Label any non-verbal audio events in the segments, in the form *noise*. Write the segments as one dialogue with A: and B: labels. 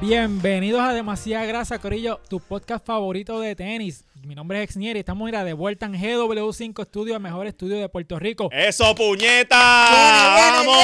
A: Bienvenidos a Demasiada Grasa, Corillo, tu podcast favorito de tenis. Mi nombre es Exnier y estamos mira, de vuelta en GW5 Studio, el mejor estudio de Puerto Rico.
B: ¡Eso, puñeta! ¡Vamos!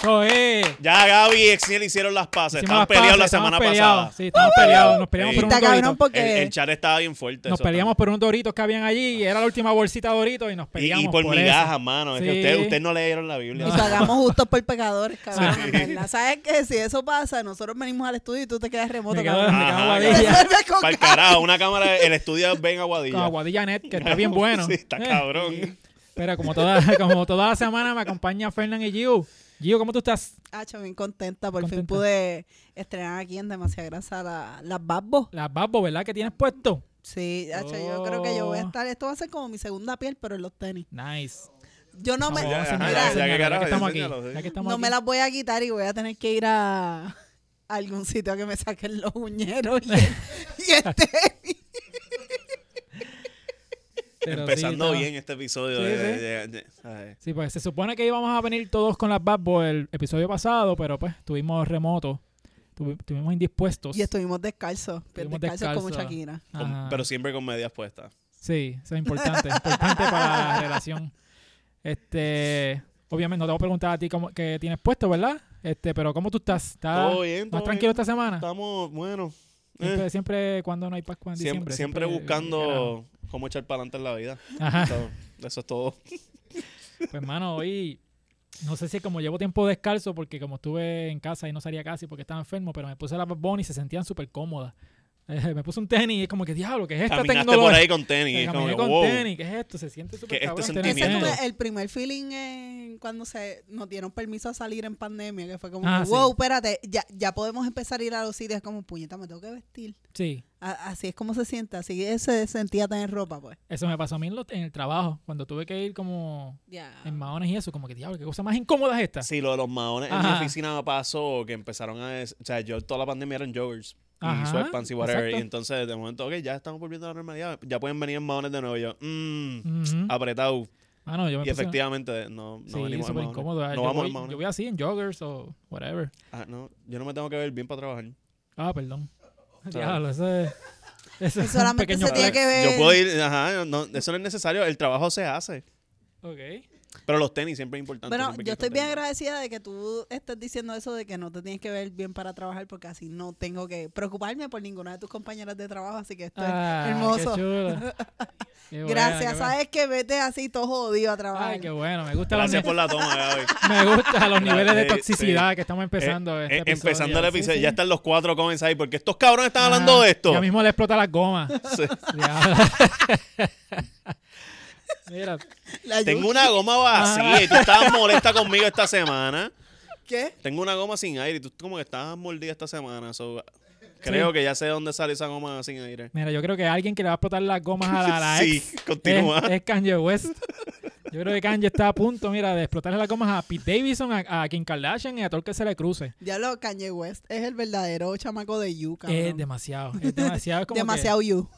A: Eso es.
B: Ya Gaby y Exniel hicieron las pases.
A: Hicimos las
B: Estaban peleados
A: paces,
B: la
A: estamos
B: semana
A: peleados.
B: pasada.
A: Sí, estamos peleados. Nos peleamos
B: Sí.
A: por un
C: Está cabrón
A: dorito.
B: El,
C: porque
B: el chat estaba bien fuerte.
A: Nos
B: eso está-
A: peleamos por unos doritos que habían allí y era la última bolsita de doritos y nos
B: Y,
A: peleamos
B: y por,
A: por
B: migajas,
A: eso.
B: mano. Es que
A: Sí.
B: ustedes ustedes no leyeron la Biblia. *laughs*
C: y pagamos justos por pecadores, cabrón. en verdad. ¿Sabes qué? Si eso pasa, nosotros venimos al estudio y tú te quedas remoto,
A: Me quedo- *laughs*
C: cabrón.
A: me quedo
B: Ajá, *laughs*
C: *laughs*
A: aguadilla.
C: Resuelve con
B: Para el
C: calma.
B: carajo, una cámara, el estudio es Ben Aguadilla.
A: Con Aguadilla Net, que está bien bueno.
B: *laughs* Sí, está
A: Eh,
B: cabrón.
A: Pero como toda, *laughs* como toda la semana me acompaña Fernan y Gio. Gio, ¿cómo tú estás?
C: Hacho, bien contenta. Por fin
A: Contenta.
C: pude estrenar aquí en Demasiada Grasa la- las babos.
A: Las babos, ¿verdad? Que tienes puesto.
C: Sí, hacho, yo creo que yo voy a
A: Oh.
C: estar. Esto va a ser como mi segunda piel, pero en los tenis.
A: Nice.
C: Yo no me,
A: Vamos,
B: ya,
A: sí,
B: ajá,
A: mira,
B: ya,
C: mira,
B: ya,
A: señala,
B: que carajo,
A: que estamos aquí,
B: ya, señalo, sí.
A: ya que estamos
C: no me
A: aquí.
C: las voy a quitar y voy a tener que ir a, a algún sitio a que me saquen los uñeros y, el- y este, el tenis.
A: Pero sí,
B: Empezando
A: está-
B: bien este episodio.
A: Sí,
B: de-
A: sí.
B: de- de- ay.
A: Sí, pues se supone que íbamos a venir todos con las Bad Boys el episodio pasado, pero pues tuvimos remoto, tuvi- estuvimos indispuestos.
C: Y estuvimos descalzos, pies
A: Pues Estuvimos
C: descalzos como
A: descalzos.
C: Shakira.
B: Con-
A: Ajá.
B: Um, pero siempre con medias puestas.
A: Sí, eso es importante, *laughs* importante para la relación. Este, obviamente no te voy a preguntar a ti cómo, qué tienes puesto, ¿verdad? Este, pero ¿cómo tú estás? ¿Estás
B: Todo
A: Ah,
B: bien,
A: más
B: todo
A: tranquilo
B: bien.
A: esta semana?
B: Estamos, bueno. eh,
A: Siempre, siempre cuando no hay Pascua en
B: siempre,
A: diciembre.
B: siempre
A: carajo.
B: buscando cómo echar para adelante en la vida.
A: Ajá.
B: Todo. Eso es todo.
A: Pues, hermano, hoy no sé si como llevo tiempo descalzo, porque como estuve en casa y no salía casi porque estaba enfermo, pero me puse la Bad Bunny y se sentían súper cómodas. Eh, me puse un tenis y es como que, diablo, ¿qué es esta
B: Caminaste
A: tecnología?
B: por ahí con tenis.
A: Eh,
B: es como
A: caminé
B: que,
A: con
B: wow.
A: tenis, ¿qué es esto? Se siente súper
B: este
A: cabrón. tener
C: Ese es
B: sentimiento.
A: tenis.
C: como el primer feeling en cuando se nos dieron permiso a salir en pandemia, que fue como,
A: Ah,
C: que,
A: sí.
C: wow, espérate, ya, ya podemos empezar a ir a los sitios, es como, puñeta, me tengo que vestir.
A: Sí,
C: A- así es como se siente, así es- se sentía tener ropa, pues.
A: eso me pasó a mí en, lo- en el trabajo, cuando tuve que ir como
C: Ya.
A: en maones y eso, como que, diablo, ¿qué cosa más incómoda es esta?
B: Sí, lo de los maones en mi
A: Ajá.
B: oficina me pasó que empezaron a... des- O sea, yo toda la pandemia eran joggers
A: Ajá,
B: y sweatpants y whatever.
A: exacto.
B: Y entonces, de momento, ok, ya estamos volviendo a la normalidad. Ya pueden venir en maones de nuevo. Y yo, mmm,
A: Ujú.
B: apretado.
A: Ah, no, yo me
B: Y
A: puse-
B: efectivamente, no, no
A: Sí,
B: venimos en
A: súper
B: maones.
A: incómodo. Ah,
B: No
A: yo,
B: vamos
A: voy,
B: en maones.
A: yo voy así en joggers o whatever.
B: Ah, no, yo no me tengo que ver bien para trabajar.
A: Ah, perdón.
B: Sabes.
A: Diablo, ese, ese
C: Y
A: es un
C: solamente
A: pequeño
C: se tiene
A: flex.
C: que ver.
B: Yo puedo ir, ajá, no, eso no es necesario. El trabajo se hace.
A: Ok.
B: Pero los tenis siempre es importante.
C: Bueno,
B: siempre hay
C: yo
B: que
C: estoy bien
B: tenerlo.
C: agradecida de que tú estés diciendo eso de que no te tienes que ver bien para trabajar porque así no tengo que preocuparme por ninguna de tus compañeras de trabajo, así que esto
A: Ah,
C: es hermoso.
A: Qué
C: *laughs*
A: chula. Qué buena,
C: Gracias,
A: qué buena.
C: sabes que vete así todo jodido a trabajar.
A: Ay, qué bueno. Me gusta, los,
B: Gracias
A: ni-
B: por la toma, Gaby.
A: *laughs* me gusta los niveles de
B: Sí,
A: toxicidad que estamos empezando.
B: Eh,
A: este
B: eh,
A: episodio.
B: empezando el
A: Sí,
B: episodio,
A: sí.
B: ya están los cuatro comments ahí porque estos cabrones están
A: Ah,
B: hablando de esto.
A: Ya mismo le explota las
B: *laughs*
A: gomas.
B: Sí.
A: Diablo. *laughs* Mira,
C: La
B: Tengo
C: Yuki,
B: una goma vacía y tú estabas molesta conmigo esta semana.
C: ¿Qué?
B: Tengo una goma sin aire y tú como que estabas mordida esta semana. so, creo que ya sé de dónde sale esa goma sin aire.
A: mira, yo creo que alguien que le va a explotar las gomas a la, a la
B: *laughs* sí,
A: ex
B: continúa.
A: es, es Kanye West. Yo creo que Kanye está a punto, mira, de explotarle las gomas a Pete Davidson, a, a Kim Kardashian y a todo el que se le cruce.
C: Diablo, Kanye West es el verdadero chamaco de You, cabrón.
A: Es demasiado. Es demasiado. es como Eh, que-
C: Demasiado You.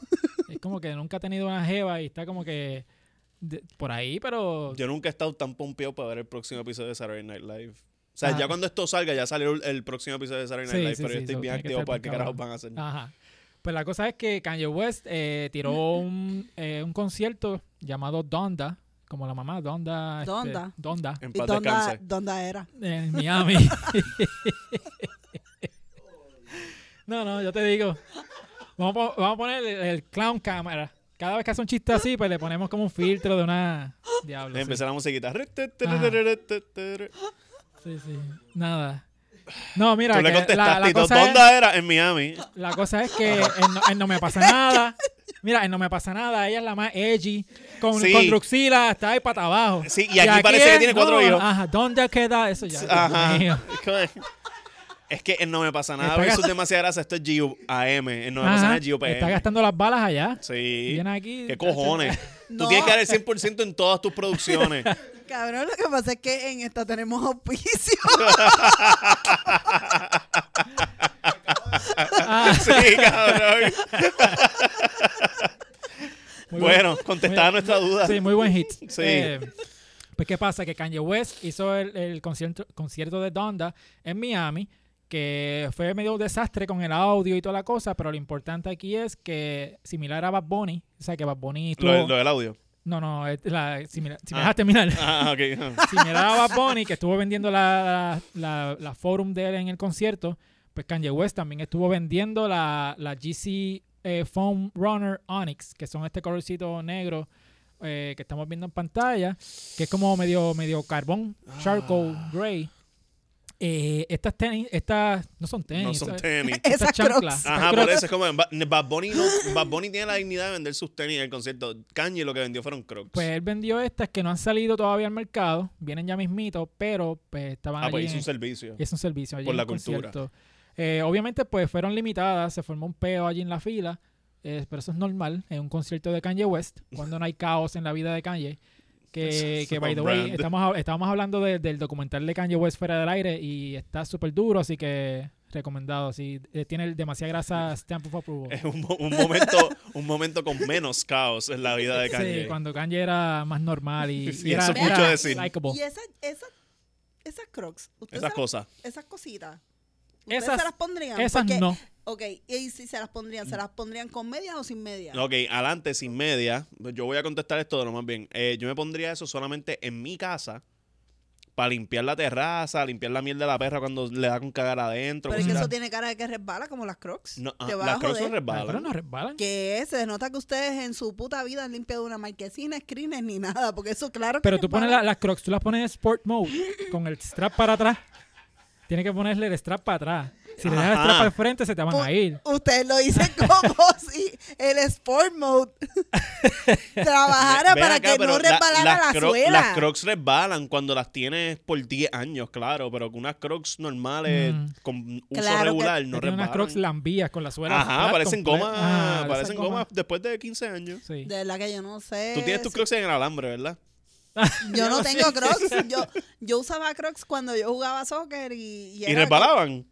A: Es como que nunca ha tenido una jeva y está como que de- por ahí, pero...
B: Yo nunca he estado tan pompeado para ver el próximo episodio de Saturday Night Live. O sea,
A: Ah.
B: ya cuando esto salga, ya salió el, el próximo episodio de Saturday Night
A: Sí,
B: Live,
A: sí,
B: pero yo
A: sí,
B: estoy
A: so,
B: bien
A: tiene que
B: activo
A: estar
B: para qué
A: bien
B: carajos
A: cabrón.
B: van a hacer.
A: Ajá. Pues la cosa es que Kanye West eh, tiró un, eh, un concierto llamado Donda, como la mamá, Donda. este,
C: Donda.
A: Donda,
B: En
C: ¿Y
B: paz
C: dónde,
B: descanse.
C: dónde era?
A: en Miami. *laughs* no, no, yo te digo. Vamos, a po- vamos a poner el, el clown camera. Cada vez que hace un chiste así, pues le ponemos como un filtro de una... Diablo.
B: Le
A: sí.
B: Empezó la musiquita. Tú
A: Sí, sí. Nada. No, mira,
B: le
A: que la, la
B: contestaste. ¿y
A: cosa es,
B: ¿Dónde era? En Miami.
A: la cosa es que él no, él no me pasa nada. Mira, él no me pasa nada. Ella es la más edgy. Con,
B: Sí.
A: con Druxila está ahí pata abajo.
B: Sí, y aquí parece que tiene cuatro
A: no,
B: hijos.
A: Ajá, ¿dónde queda eso ya? Dios mío.
B: *laughs* Ajá. Es que él no me pasa nada.
A: Está
B: Eso es
A: gast-
B: demasiada grasa. Esto es Gio AM. Él no me
A: Ajá.
B: pasa nada es Gio PM.
A: Está gastando las balas allá.
B: Sí.
A: Viene aquí. *laughs*
B: ¿Qué cojones? Tú
C: No.
B: tienes que dar el 100% en todas tus producciones. *laughs*
C: Cabrón, lo que pasa es que en esta tenemos
A: *laughs*
C: auspicio.
A: Ah,
B: Sí, cabrón.
A: muy
B: Bueno, contestada
A: Muy-
B: nuestra duda.
A: Sí, muy buen hit. Eh,
B: Sí.
A: pues, ¿qué pasa? Que Kanye West hizo el, el concierto, concierto de Donda en Miami, que fue medio un desastre con el audio y toda la cosa, pero lo importante aquí es que similar a Bad Bunny, o sea que Bad Bunny tuvo-
B: Lo, lo del audio.
A: no, no, es la, similar, si me
B: Ah.
A: dejas terminar,
B: Ah, ok.
A: similar a Bad Bunny que estuvo vendiendo la, la, la- la forum de él en el concierto, pues Kanye West también estuvo vendiendo la, la GC eh, Foam Runner Onyx, que son este colorcito negro eh, que estamos viendo en pantalla, que es como medio, medio carbón, charcoal,
B: Ah.
A: gray. Eh, estas tenis, estas no son tenis,
B: *laughs* No son
A: estas- *laughs*
B: tenis.
A: estas
C: Esas
A: chanclas,
C: crocs.
A: estas
B: Ajá,
A: crocs.
B: por eso es como Ba- Bad Bunny, no- Bad Bunny tiene la dignidad de vender sus tenis en el concierto. Kanye lo que vendió fueron Crocs.
A: Pues él vendió estas que no han salido todavía al mercado, vienen ya mismito, pero pues estaban
B: ah,
A: allí
B: pues hizo
A: en-
B: un servicio.
A: es un servicio allí
B: Por
A: en
B: la
A: el
B: cultura.
A: concierto. Eh, obviamente, pues fueron limitadas, se formó un peo allí en la fila, eh, pero eso es normal en un concierto de Kanye West, cuando no hay caos en la vida de Kanye. Que,
B: Eso
A: que,
B: es
A: by the
B: on
A: way,
B: brand.
A: estamos, hab- estábamos hablando de- del documental de Kanye West fuera del aire y está súper duro, así que recomendado. Si tiene el- demasiada grasa, Stamp of Approval.
B: Es un, mo- un momento, un momento con menos caos en la vida de Kanye.
A: Sí, cuando Kanye era más normal y,
B: *laughs* Sí,
A: y era,
B: eso
C: es mucho
A: era
B: decir.
A: likeable.
C: Y esas, esas, esas crocs, ¿ustedes
B: Esas
C: se las-
B: cosas.
C: esas cositas, ¿ustedes
A: Esas-
C: se las pondrían?
A: Esas
C: Porque-
A: no.
C: Ok, y si se las pondrían, ¿se las pondrían con medias o sin medias?
B: Ok, adelante, sin media. Yo voy a contestar esto de lo más bien. Eh, yo me pondría eso solamente en mi casa para limpiar la terraza, limpiar la miel de la perra cuando le da con cagar adentro.
C: Pero es que
B: cositas.
C: eso tiene cara de que resbala como las crocs.
B: No, ah,
C: Te va
B: las
C: a
B: Crocs
C: joder.
B: no
A: Las
B: resbalan.
A: crocs no resbalan.
C: Que se nota que ustedes en su puta vida han limpiado una marquesina, screens ni nada, porque eso claro que
A: Pero tú pones
C: resbala.
A: la- las crocs, tú las pones en sport mode con el strap para atrás. Tienes que ponerle el strap para atrás. Si le das el
B: Ajá.
A: strap al frente, se te van a ir.
C: Usted lo dice *laughs* como si el sport
A: *laughs*
C: mode trabajara
B: Ven
C: para
B: acá,
C: que
B: pero
C: no
B: la-
C: resbalara la,
B: Crocs-
C: suela.
B: Las crocs resbalan cuando las tienes por 10 años, claro, pero con unas crocs normales
A: Mm.
B: con uso
C: Claro que-
B: regular no
A: No tiene
B: resbalan.
A: unas crocs lambías con la suela.
B: Ajá,
A: flat
B: parecen
A: comple-
B: gomas,
A: Ah, de
B: parecen
A: esas gomas.
B: gomas después de 15 años.
A: Sí.
C: De verdad que yo no sé.
B: Tú tienes tus
C: si-
B: crocs en el alambre, ¿verdad?
C: Yo no tengo
B: *laughs*
C: crocs. Yo, yo usaba crocs cuando yo jugaba soccer y...
B: Y,
C: era-
B: resbalaban.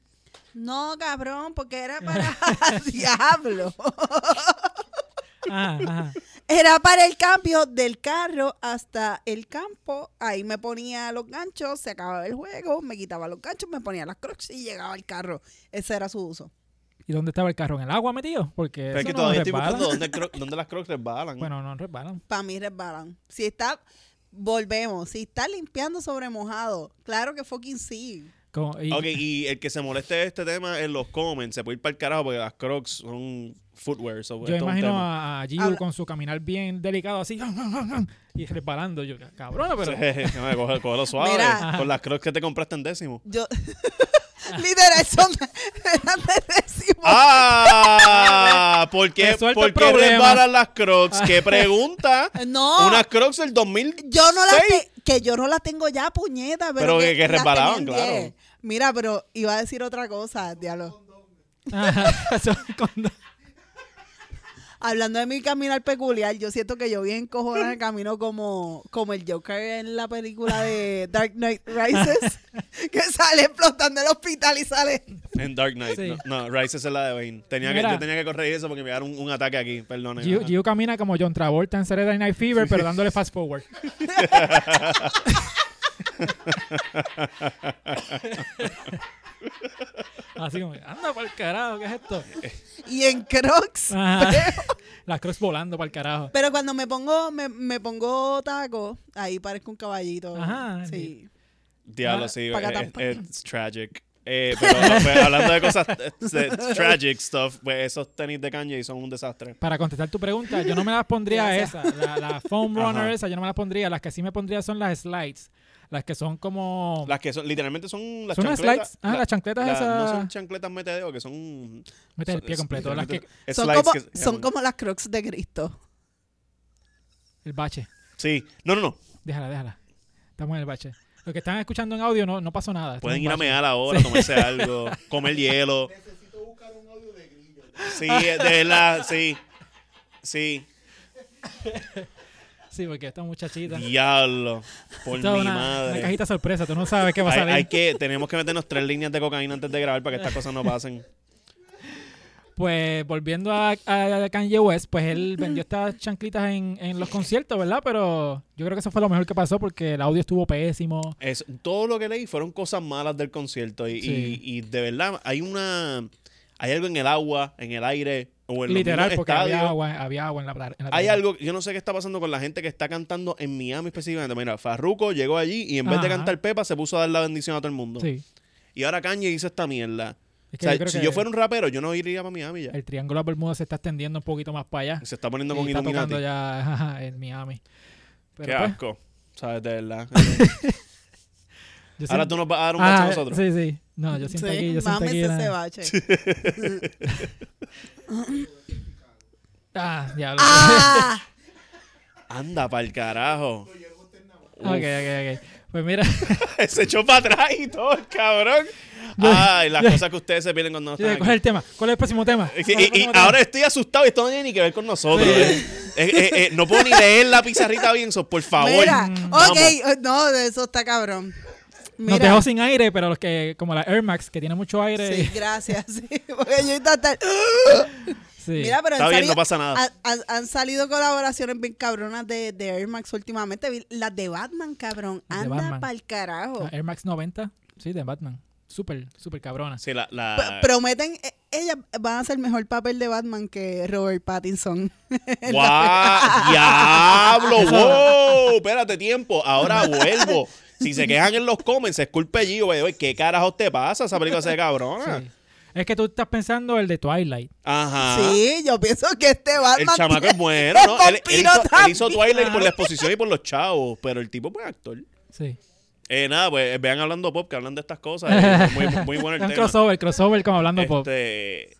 C: No, cabrón, porque
B: *laughs*
C: era para... *laughs* Diablo.
A: Ajá, Ah, ajá.
C: Era para el cambio del carro hasta el campo. Ahí me ponía los ganchos, se acababa el juego, me quitaba los ganchos, me ponía las crocs y llegaba al carro. Ese era su uso.
A: ¿Y dónde estaba el carro? ¿En el agua metido? Porque
B: Pero es
A: eso
B: que
A: no
B: todavía estoy
A: resbala.
B: buscando dónde, cro- dónde las crocs resbalan.
A: Bueno, no resbalan.
C: Para mí resbalan. Si está, volvemos. Si está limpiando sobre mojado, claro que fucking sí.
A: Como- y-
B: ok, y el que se moleste de este tema en los comments se puede ir para el carajo porque las crocs son footwear. so esto
A: Yo
B: es un
A: imagino
B: tema.
A: a, a Giu
C: Habla-
A: con su caminar bien delicado así *laughs* y resbalando. Yo, cabrón, pero
B: *laughs* Sí, no, coge-
C: *laughs*
B: cógelo suave.
C: Mira.
B: Con las crocs que te compraste en
C: *laughs*
B: décimo.
C: Yo, literal, son eran de décimo.
B: ¡Ah! ¿Por qué,
A: Resuelto
B: por
A: el
B: qué
A: problema.
B: resbalan las crocs? ¿Qué pregunta?
C: *laughs* No,
B: Unas crocs del 2000.
C: yo no las te- que yo no las tengo ya, puñeta. Pero,
B: Pero que- que
C: las
B: resbalaban,
C: tenía en
B: claro.
C: 10. Mira, pero iba a decir otra cosa, diablo.
A: *laughs* Ajá, son con-
C: Hablando de mi caminar peculiar, yo siento que yo bien cojones camino como, como el Joker en la película de Dark Knight Rises,
B: *laughs*
C: que sale explotando el hospital y sale.
B: En Dark Knight.
A: Sí.
B: No, no, Rises es la de Bane. Tenía que,
A: Mira.
B: yo tenía que corregir eso porque me dieron un, un ataque aquí. Perdón.
A: Giu, Giu camina como John Travolta en Saturday Night Fever, pero dándole fast
B: *laughs*
A: forward. Así como, anda para el carajo, ¿qué es esto?
C: Y en Crocs.
A: Ah. Ajá. Las crocs volando para el carajo.
C: Pero cuando me pongo, me, me pongo taco, ahí parezco un caballito.
A: Ajá,
C: Sí.
B: Diablo,
A: Ah,
B: sí.
C: pa' acá,
B: Es,
C: pa' acá.
B: es tragic. Eh, pero pues, hablando de cosas eh, de tragic stuff, pues esos tenis de Kanye son un desastre.
A: Para contestar tu pregunta, yo no me las pondría
C: Gracias.
A: esas. La, la foam
B: Ajá.
A: runner esa, yo no me las pondría. Las que sí me pondría son las slides. Las que son como...
B: Las que son, literalmente son las
A: ¿Son las
B: chancletas.
A: slides? Ah, las chancletas
B: la-
A: esas-
B: No son chancletas metedeo, que son...
A: Mete el
B: son-
A: pie
B: es-
A: completo. Las que...
B: literalmente es
C: Son,
B: slides
C: como,
B: que-
C: son como las Crocs de Cristo.
A: El bache.
B: Sí. No, no, no.
A: Déjala, déjala. Estamos en el bache. Los que están escuchando en audio no, no pasó nada. Estamos
B: Pueden
A: en
B: ir a
A: bache.
B: mear ahora, tomarse algo, comer hielo. Necesito buscar un audio de grillo. Sí, de verdad, sí. Sí.
A: Sí, porque esta muchachita...
B: Diablo. Por
A: Esto
B: mi
A: es una, una
B: madre.
A: cajita sorpresa, tú no sabes qué va a
B: Hay,
A: salir. *laughs*
B: hay que, tenemos que meternos tres líneas de cocaína antes de grabar para que estas cosas no pasen.
A: Pues volviendo a, a Kanye West, pues él vendió estas chanclitas en, en los conciertos, ¿verdad? Pero yo creo que eso fue lo mejor que pasó porque el audio estuvo pésimo.
B: Es, todo lo que leí fueron cosas malas del concierto. Y,
A: Sí.
B: y- y de verdad, hay una. Hay algo en el agua, en el aire, o en los
A: Literal,
B: mismos
A: porque
B: estadios.
A: había agua, había agua en la, tar- en la
B: Hay
A: tarima.
B: algo, yo no sé qué está pasando con la gente que está cantando en Miami específicamente. Mira, Farruko llegó allí y en vez de
A: Ajá.
B: cantar Pepa se puso a dar la bendición a todo el mundo.
A: Sí.
B: Y ahora Kanye hizo esta mierda.
A: Es
B: O sea,
A: yo creo
B: si
A: que
B: yo fuera un rapero, yo no iría para Miami ya.
A: el Triángulo de las Bermudas se está extendiendo un poquito más para allá.
B: Se está poniendo con
A: y está
B: Illuminati.
A: tocando ya *laughs* en Miami. Pero
B: Qué
A: pues,
B: asco. ¿Sabes? De
A: *laughs*
B: verdad.
A: yo
B: Ahora
A: siento-
B: tú nos vas a dar un
A: Ah,
B: macho a nosotros.
A: Sí, sí. No, yo siento
C: Sí,
A: aquí, yo siento
C: mámese
A: aquí.
C: ese
A: la-
C: bache.
A: Ah, diablo.
B: *laughs*
C: ¡Ah!
B: Anda, para el carajo. *laughs*
A: ok, ok, ok. Pues mira, *laughs*
B: se echó para atrás y todo, el cabrón. Ay, las cosas que ustedes se pierden cuando no están
A: ¿cuál es
B: aquí.
A: el tema? ¿Cuál es el próximo tema? ¿Cuál
B: Y,
A: es el
B: y- y
A: próximo tema?
B: ahora estoy asustado y esto no tiene ni que ver con nosotros.
A: Sí.
B: eh. Eh, eh, eh, no puedo ni leer la pizarrita bien, so, por favor.
C: Mira,
B: Vamos.
C: ok, eh, no, eso está cabrón.
A: Nos
C: Mira,
A: dejó sin aire, pero los que, como la Air Max, que tiene mucho aire.
C: sí, gracias. *laughs* sí, porque yo iba a estar-
A: *laughs* sí.
C: Mira, pero
B: Está
C: han
B: bien,
C: salido-
B: no pasa nada.
C: ha- han- han salido colaboraciones bien cabronas de, de Air Max últimamente. Vi- Las de Batman, cabrón.
A: Las de
C: Anda
A: Batman. Ah,
C: pa'l
A: La
C: carajo.
A: Air Max 90, sí, de Batman. Súper, súper cabrona.
B: Sí, la, la-
C: P- Prometen, eh, ellas van a hacer mejor papel de Batman que Robert Pattinson. *laughs*
B: ¡Guau! ¡Diablo! ¡Wow! Espérate, tiempo. Ahora vuelvo. Si se quejan en los comments, es culpa de Gio, güey. ¿Qué carajo te pasa? Esa película se ve
C: Ah.
B: cabrona.
A: Sí. Es que tú estás pensando el de Twilight.
B: Ajá.
C: Sí, yo pienso que este
B: Ah. El
C: Batman.
B: chamaco
C: *laughs*
B: es bueno,
C: Es
B: ¿no? Él, él
C: vampiro
B: hizo, él
C: también.
B: hizo Twilight por la exposición y por los chavos, pero el tipo fue actor.
A: Sí.
B: Eh, nada, pues vean hablando pop, que hablan de estas cosas. eh, muy, muy- muy bueno el
A: un
B: tema.
A: crossover, crossover como hablando pop.
B: Este,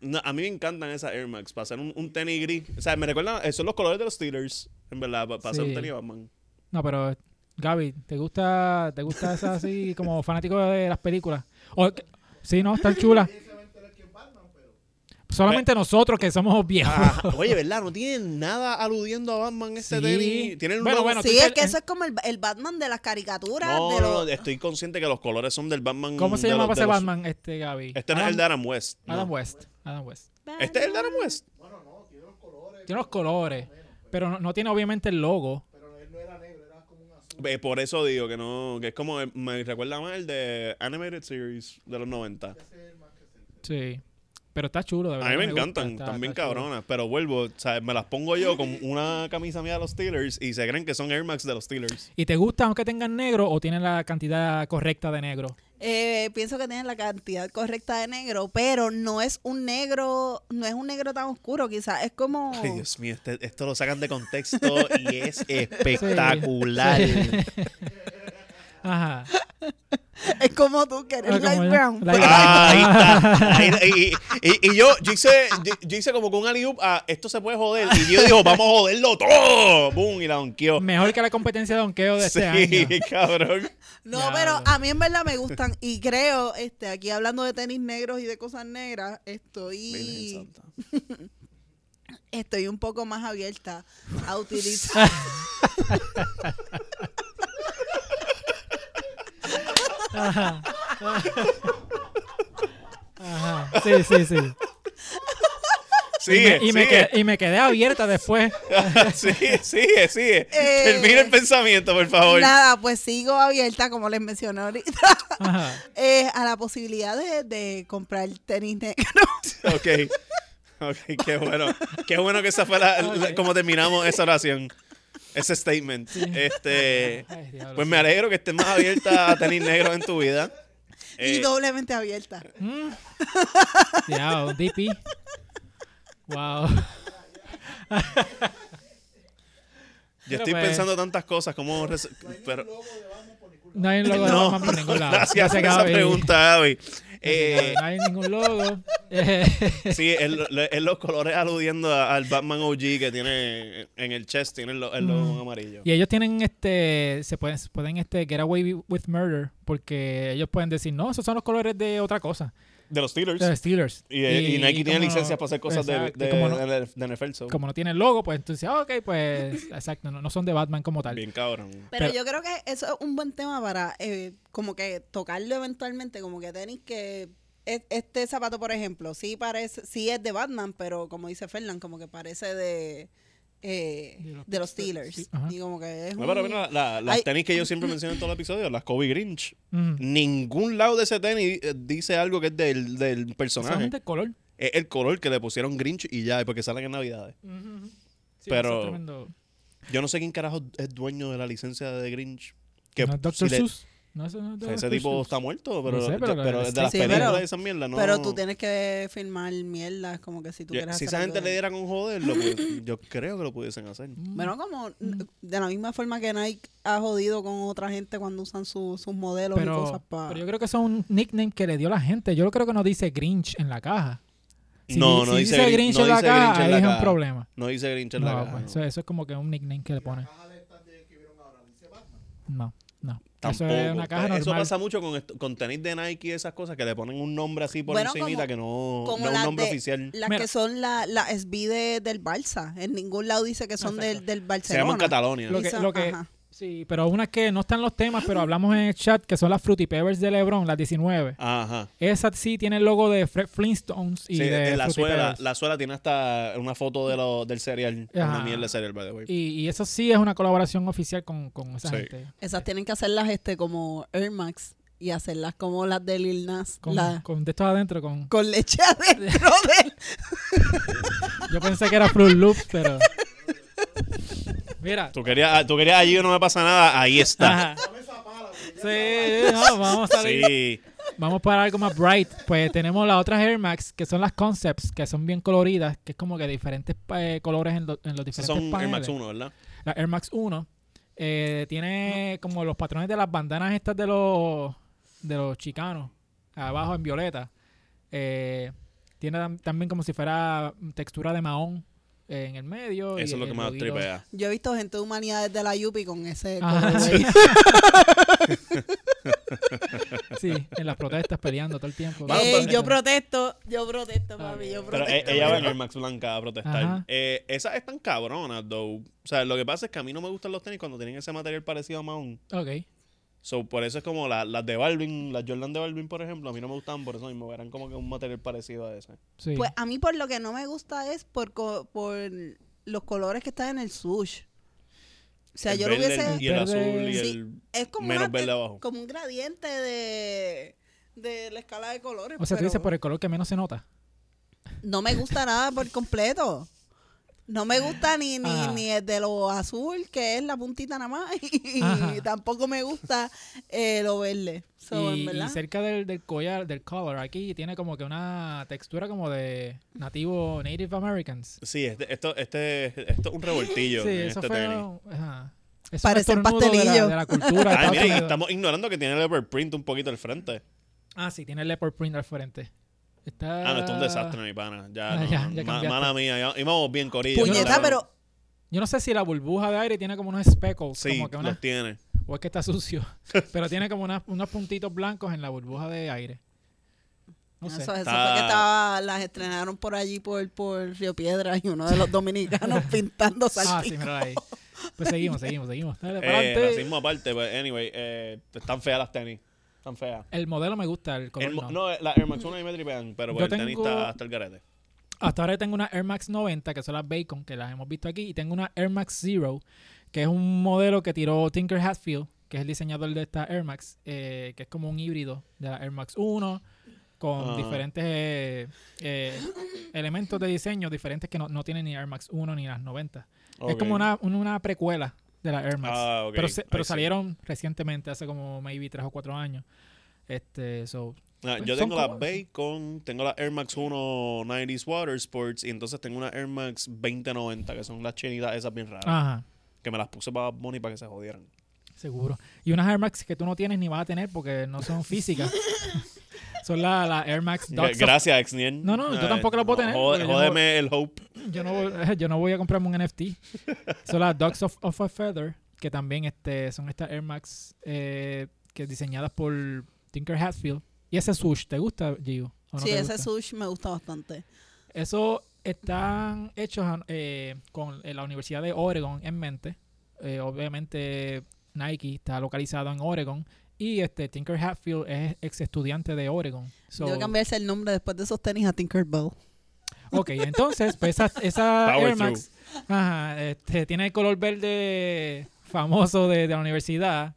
B: no, a mí me encantan esas Air Max para hacer un, un tenis gris. O sea, me recuerdan, eh, son los colores de los Steelers, en verdad, para, hacer un
A: Sí.
B: tenis Batman.
A: No, pero Gaby, ¿te gusta, te gusta esa así
B: *laughs*
A: como fanático de las películas? O- sí, no, están chulas. Solamente nosotros que somos viejos.
B: Ajá. Ah, Oye, ¿verdad? No tienen nada aludiendo a Batman este
A: Sí.
B: tenis. Tienen
A: Bueno,
B: una-
A: bueno,
C: Sí,
A: tú
C: es
A: te-
C: que eso es como el, el Batman de las caricaturas.
B: No, no,
C: de los,
B: no, estoy consciente que los colores son del
A: *laughs*
B: Batman.
A: ¿Cómo se
B: de los-
A: llamaba
B: de
A: ese
B: los-
A: Batman, este Gaby?
B: Este no es el de Adam West. no.
A: Adam West. Adam West.
B: Este es el de Adam West.
A: Tiene los colores, pero no, no tiene obviamente el logo.
B: Eh, Por eso digo que no, que es como, eh, me recuerda más el de Animated Series de los 90.
A: Sí. Pero está chulo, de
B: A
A: verdad.
B: mí me
A: gusta,
B: encantan,
A: está-
B: también
A: está chulo.
B: cabronas, pero vuelvo, o sea, me las pongo yo con una camisa mía de los Steelers y se creen que son Air Max de los Steelers.
A: ¿Y te gusta aunque tengan negro o tienen la cantidad correcta de negro?
C: Eh, pienso que tienen la cantidad correcta de negro, pero no es un negro, no es un negro tan oscuro, quizás es
B: *laughs*
C: como
A: Oh.
B: Ay, Dios mío, este- esto lo sacan de contexto y
A: *laughs*
B: es espectacular.
A: Ajá.
C: *laughs* es como tú que eres
A: Ah, como
C: light
A: yo.
C: brown.
A: Light
C: pero-
B: Ah, ahí está. Ahí- y, y- y yo, yo hice, yo, yo hice como con un alley-oop, ah, esto se puede joder. Y yo dijo, vamos a joderlo todo. Boom, y la donqueó.
A: Mejor que la competencia de donkeo de
B: *laughs* Sí,
A: este año.
B: cabrón.
C: Pues, No,
A: Ya,
C: pero
A: ya.
C: a mí en verdad me gustan y creo, este, aquí hablando de tenis negros y de cosas negras,
B: Virgen
C: estoy,
B: Santa.
C: estoy un poco más abierta
B: *laughs*
C: a utilizar.
A: Ajá. Ajá. Sí, sí, sí.
B: Sigue,
A: y, me, y me
B: sigue.
A: quedé, y me quedé abierta después.
B: *laughs* sigue,
A: *laughs*
B: sigue, sigue.
C: Eh,
B: Termina el pensamiento, por favor.
C: Nada, pues sigo abierta como les mencioné ahorita *laughs*
A: Ajá.
C: eh, a la posibilidad de, de comprar tenis
B: *laughs*
C: negros. *laughs*
B: Ok. Ok, qué bueno. Qué bueno que esa fue la, la-
A: Ok.
B: como terminamos esa oración. Ese statement. Este.
A: Ay, diablo.
B: Pues me alegro que estés más abierta a tenis negros en tu vida.
C: y
B: Eh,
C: doblemente abierta.
A: Mm. Diablo, DP. Wow.
B: yo
A: Pero
B: estoy
A: pues-
B: pensando tantas cosas, como res- pero
A: No hay un logo de
B: No.
A: Batman por ningún lado.
B: gracias por
A: Gracias,
B: esa
A: Gaby.
B: pregunta, Gaby.
A: Gracias, Gaby.
B: Eh,
A: no hay ningún logo. Eh,
B: sí, es, lo- es los colores aludiendo a- al Batman OG que tiene en el chest, tiene el, lo- el logo
A: Mm.
B: amarillo.
A: Y ellos tienen este, se pueden, se pueden este, get away with murder, porque ellos pueden decir, no, esos son los colores de otra cosa,
B: De los Steelers.
A: de los Steelers.
B: Y, eh, y Nike tiene
A: como no-
B: licencias para hacer cosas de,
A: Exacto, y
B: de,
A: como, no,
B: de- de NFL. so.
A: como no tiene el logo, pues entonces, ah, ok, pues, exacto, no, no son de Batman como tal.
B: Bien cabrón.
C: Pero,
A: Pero-
C: yo creo que eso es un buen tema para eh, como que tocarlo eventualmente, como que tenis que es- este zapato, por ejemplo, sí parece, sí es de Batman, pero como dice Fernand, como que parece de, eh,
A: De los
C: de los
A: Steelers, sí.
C: Steelers.
A: Ajá.
C: Y como que es
B: No, pero
C: un-
B: mira, la- las
C: Ay.
B: tenis que yo
C: *laughs*
B: siempre menciono en todos los episodios, las Kobe Grinch.
A: Mm.
B: Ningún lado de ese tenis eh, dice algo que es del, del personaje.
A: Solamente el color.
B: Es el color que le pusieron Grinch y ya, es porque salen en Navidades.
A: Ujú. Sí,
B: Pero-
A: eso es tremendo.
B: Yo no sé quién carajo es dueño de la licencia de Grinch. Que
A: No es Dr.
B: si le-
A: Seuss. No, eso no es Dr.
B: ese tipo
A: Seuss.
B: está muerto, pero,
A: No sé, pero
B: pero,
A: la-
B: es de las
C: Sí, pero-
B: películas de esas mierdas, no.
C: Pero tú tienes que filmar mierda, como que si tú
B: Yo-
C: quieres
B: si
C: hacer
B: esa
C: algo
B: gente
C: de-
B: le diera con joderlo, pues, yo creo que lo pudiesen hacer.
A: Mm.
C: Bueno, como de la misma forma que Nike ha jodido con otra gente cuando usan su- sus modelos y
A: pero,
C: cosas para...
A: pero yo creo que eso es un nickname que le dio la gente. Yo creo que no dice Grinch en la caja. Si,
B: No,
A: di-
B: no
A: si
B: dice
A: dice
B: Grin-
A: Grinch
B: no
A: en la
B: dice
A: caja,
B: Grinch en
A: ahí
B: la
A: es un
B: caja.
A: problema.
B: No dice Grinch en
A: No,
B: la caja,
A: pues,
B: no.
A: Eso, eso es como que un nickname que le pone. No, no.
B: Tampoco. Eh,
A: Eso es una caja
B: Eso
A: normal.
B: pasa mucho con, esto- con tenis de Nike y esas cosas que le ponen un nombre así por
C: Bueno,
B: encimita
C: como-
B: que no,
C: como
B: no es un
C: las
B: nombre
C: de-
B: oficial.
C: Las
A: Mira.
C: que son la- las SB de- del Barça. En ningún lado dice que son del, del Barcelona.
B: Se llaman Catalonia.
A: Lo
C: Y
A: que-
C: son-
A: lo que-
C: ajá.
A: Sí, pero unas que no están los temas, pero hablamos en el chat, que son las Fruity Pebbles de LeBron, las 19.
B: Ajá.
A: Esas sí tienen el logo de Fred Flintstones y
B: Sí,
A: de
B: en la
A: Fruity
B: suela,
A: Pebbles.
B: la suela tiene hasta una foto de lo, del cereal,
A: Ajá.
B: una miel de cereal, by the way.
A: Y, y eso sí es una colaboración oficial con, con esa
B: Sí.
A: gente.
C: Esas tienen que hacerlas este como Air Max y hacerlas como las de Lil Nas.
A: Con,
C: la-
A: con de estos adentro, con...
C: con leche *laughs* adentro del...
A: Yo pensé que era Fruit Loops, pero... Mira.
B: Tú querías, ah, tú querías allí no me pasa nada, ahí está.
A: Ajá. Sí, no, vamos a salir.
B: Sí.
A: Vamos para algo más bright. Pues tenemos las otras Air Max, que son las Concepts, que son bien coloridas, que es como que diferentes eh, colores en, lo- en los diferentes
B: Esos son Air
A: paneles.
B: Max 1, ¿verdad?
A: La Air Max 1 eh, tiene como los patrones de las bandanas estas de los de los chicanos abajo en violeta Eh, tiene tam- también como si fuera textura de mahón eh, en el medio y
B: Eso es lo que
A: el
B: más
A: loguito.
B: tripea.
C: Yo he visto gente de humanidades de la Yupi con ese... Eh,
A: Ajá,
C: colorway.
A: Ah, *laughs*
C: *laughs*
A: sí. Sí, en las protestas peleando todo el tiempo Este,
B: Bueno,
C: Ey,
B: pero-
C: Eh, yo protesto, yo protesto, papi,
A: Ah,
C: yo
B: Pero
C: protesto.
B: e- ella va en Air Max blanca a protestar.
A: Ajá.
B: Eh, esas están cabronas, though. O sea, lo que pasa es que a mí no me gustan los tenis cuando tienen ese material parecido a Mahon.
A: ok
B: So, por eso es como la- las de Balvin, las Jordan de Balvin, por ejemplo, a mí no me gustan por eso mismo. Eran como que un material parecido a ese.
A: sí
C: Pues a mí por lo que no me gusta es por, co- por los colores que están en el sush. O sea,
B: el
C: yo lo
B: verde,
C: hubiese...
B: el- y el azul
A: Verde-
B: y
C: Sí.
B: el...
C: es como,
B: menos
C: una-
B: verde abajo.
C: como un gradiente de, de la escala de colores.
A: o sea tú
C: pero
A: dices por el color que menos se nota
C: No me gusta nada por completo. No me gusta ni, ni,
A: Ah.
C: ni el de lo azul, que es la puntita nada más, *laughs* y
A: Ajá.
C: tampoco me gusta eh, lo verde. So, en
A: y, y
C: verdad,
A: cerca del, del collar del collar aquí tiene como que una textura como de nativo Native Americans
B: Sí, este, esto, este, esto es un revoltillo
A: *gasps* Sí,
B: en
A: eso
B: este
A: fue
B: tenis.
A: un- ajá. Eso
C: Parece
A: fue
C: un
A: estornudo de la-
C: pastelillo.
A: De la, cultura. de
B: Ah,
A: Estados
B: miren,
A: Unidos.
B: estamos ignorando que tiene el leopard print un poquito al frente.
A: Ah, sí, tiene el leopard print al frente. Está...
B: Ah, no, esto es un desastre, mi pana. Ya,
A: Ah,
B: no,
A: ya,
B: no,
A: ya
B: ma-
A: cambiaste.
B: mala mía. ya- íbamos bien corillo.
C: puñeta,
B: ¿verdad?
C: pero
A: Yo no sé si la burbuja de aire tiene como unos speckles.
B: Sí,
A: como que una-
B: los tiene.
A: O es que está
B: *laughs*
A: sucio. Pero tiene como unas- unos puntitos blancos en la burbuja de aire. No sé.
C: Ah, eso, eso
B: Está-
C: fue que estaba, las estrenaron por allí, por, por Río Piedras, y uno
A: *laughs*
C: de los dominicanos pintando
A: Ah, sí,
C: salpico.
A: mira ahí. Pues seguimos, seguimos, seguimos. Dale, para
B: Eh,
A: adelante.
B: racismo aparte, but anyway, eh, están feas las tenis. Están feas.
A: El modelo me gusta, el color
B: El mo-
A: no.
B: no, eh, las Air Max 1 y me tripean, pero pues,
A: Yo
B: el tenis
A: tengo-
B: está hasta el garete.
A: Hasta ahora tengo una Air Max 90, que son las Bacon, que las hemos visto aquí, y tengo una Air Max Zero, que es un modelo que tiró Tinker Hatfield, que es el diseñador de esta Air Max, eh, que es como un híbrido de la Air Max 1, con
B: Ah.
A: diferentes eh, eh, elementos de diseño diferentes que no, no tienen ni Air Max 1 ni las 90. Es
B: Ok.
A: como una, un- una precuela de la Air Max.
B: Ah, ok.
A: Pero, se-
B: I
A: pero
B: see.
A: salieron recientemente, hace como maybe 3 o 4 años. Este, so,
B: Ah,
A: Pues
B: yo
A: son
B: tengo la
A: como-
B: Bacon, tengo la Air Max 1 90s Water Sports y entonces tengo una Air Max 2090, que son las chinitas esas bien raras,
A: ajá.
B: que me las puse para Bonnie para que se jodieran.
A: Seguro. Y unas Air Max que tú no tienes ni vas a tener porque no
C: *laughs*
A: son físicas. son las la Air Max
B: Gra-
A: Dots.
B: Gracias, ex Nien.
A: No, no, yo
B: Ay,
A: tampoco las puedo
B: no,
A: tener,
B: jode-
A: porque yo
B: Jódeme el hope.
A: Yo, no, voy- *laughs* yo no voy a comprarme un NFT. Son las Dogs of, of a Feather, que también este, son estas Air Max eh, que diseñadas por Tinker Hatfield. ¿Y ese sush te gusta, Gio? ¿O no
C: sí,
A: te
C: ese
A: gusta?
C: sush me gusta bastante.
A: Eso están hechos eh, con eh, la Universidad de Oregon en mente. Eh, obviamente Nike está localizado en Oregon Y este Tinker Hatfield es ex estudiante de Oregon. So,
C: Debe cambiarse el nombre después de esos tenis a Tinkerbell.
A: ok, entonces, pues esa, esa
B: Power
A: Air Max ajá, este, tiene el color verde famoso de, de la universidad.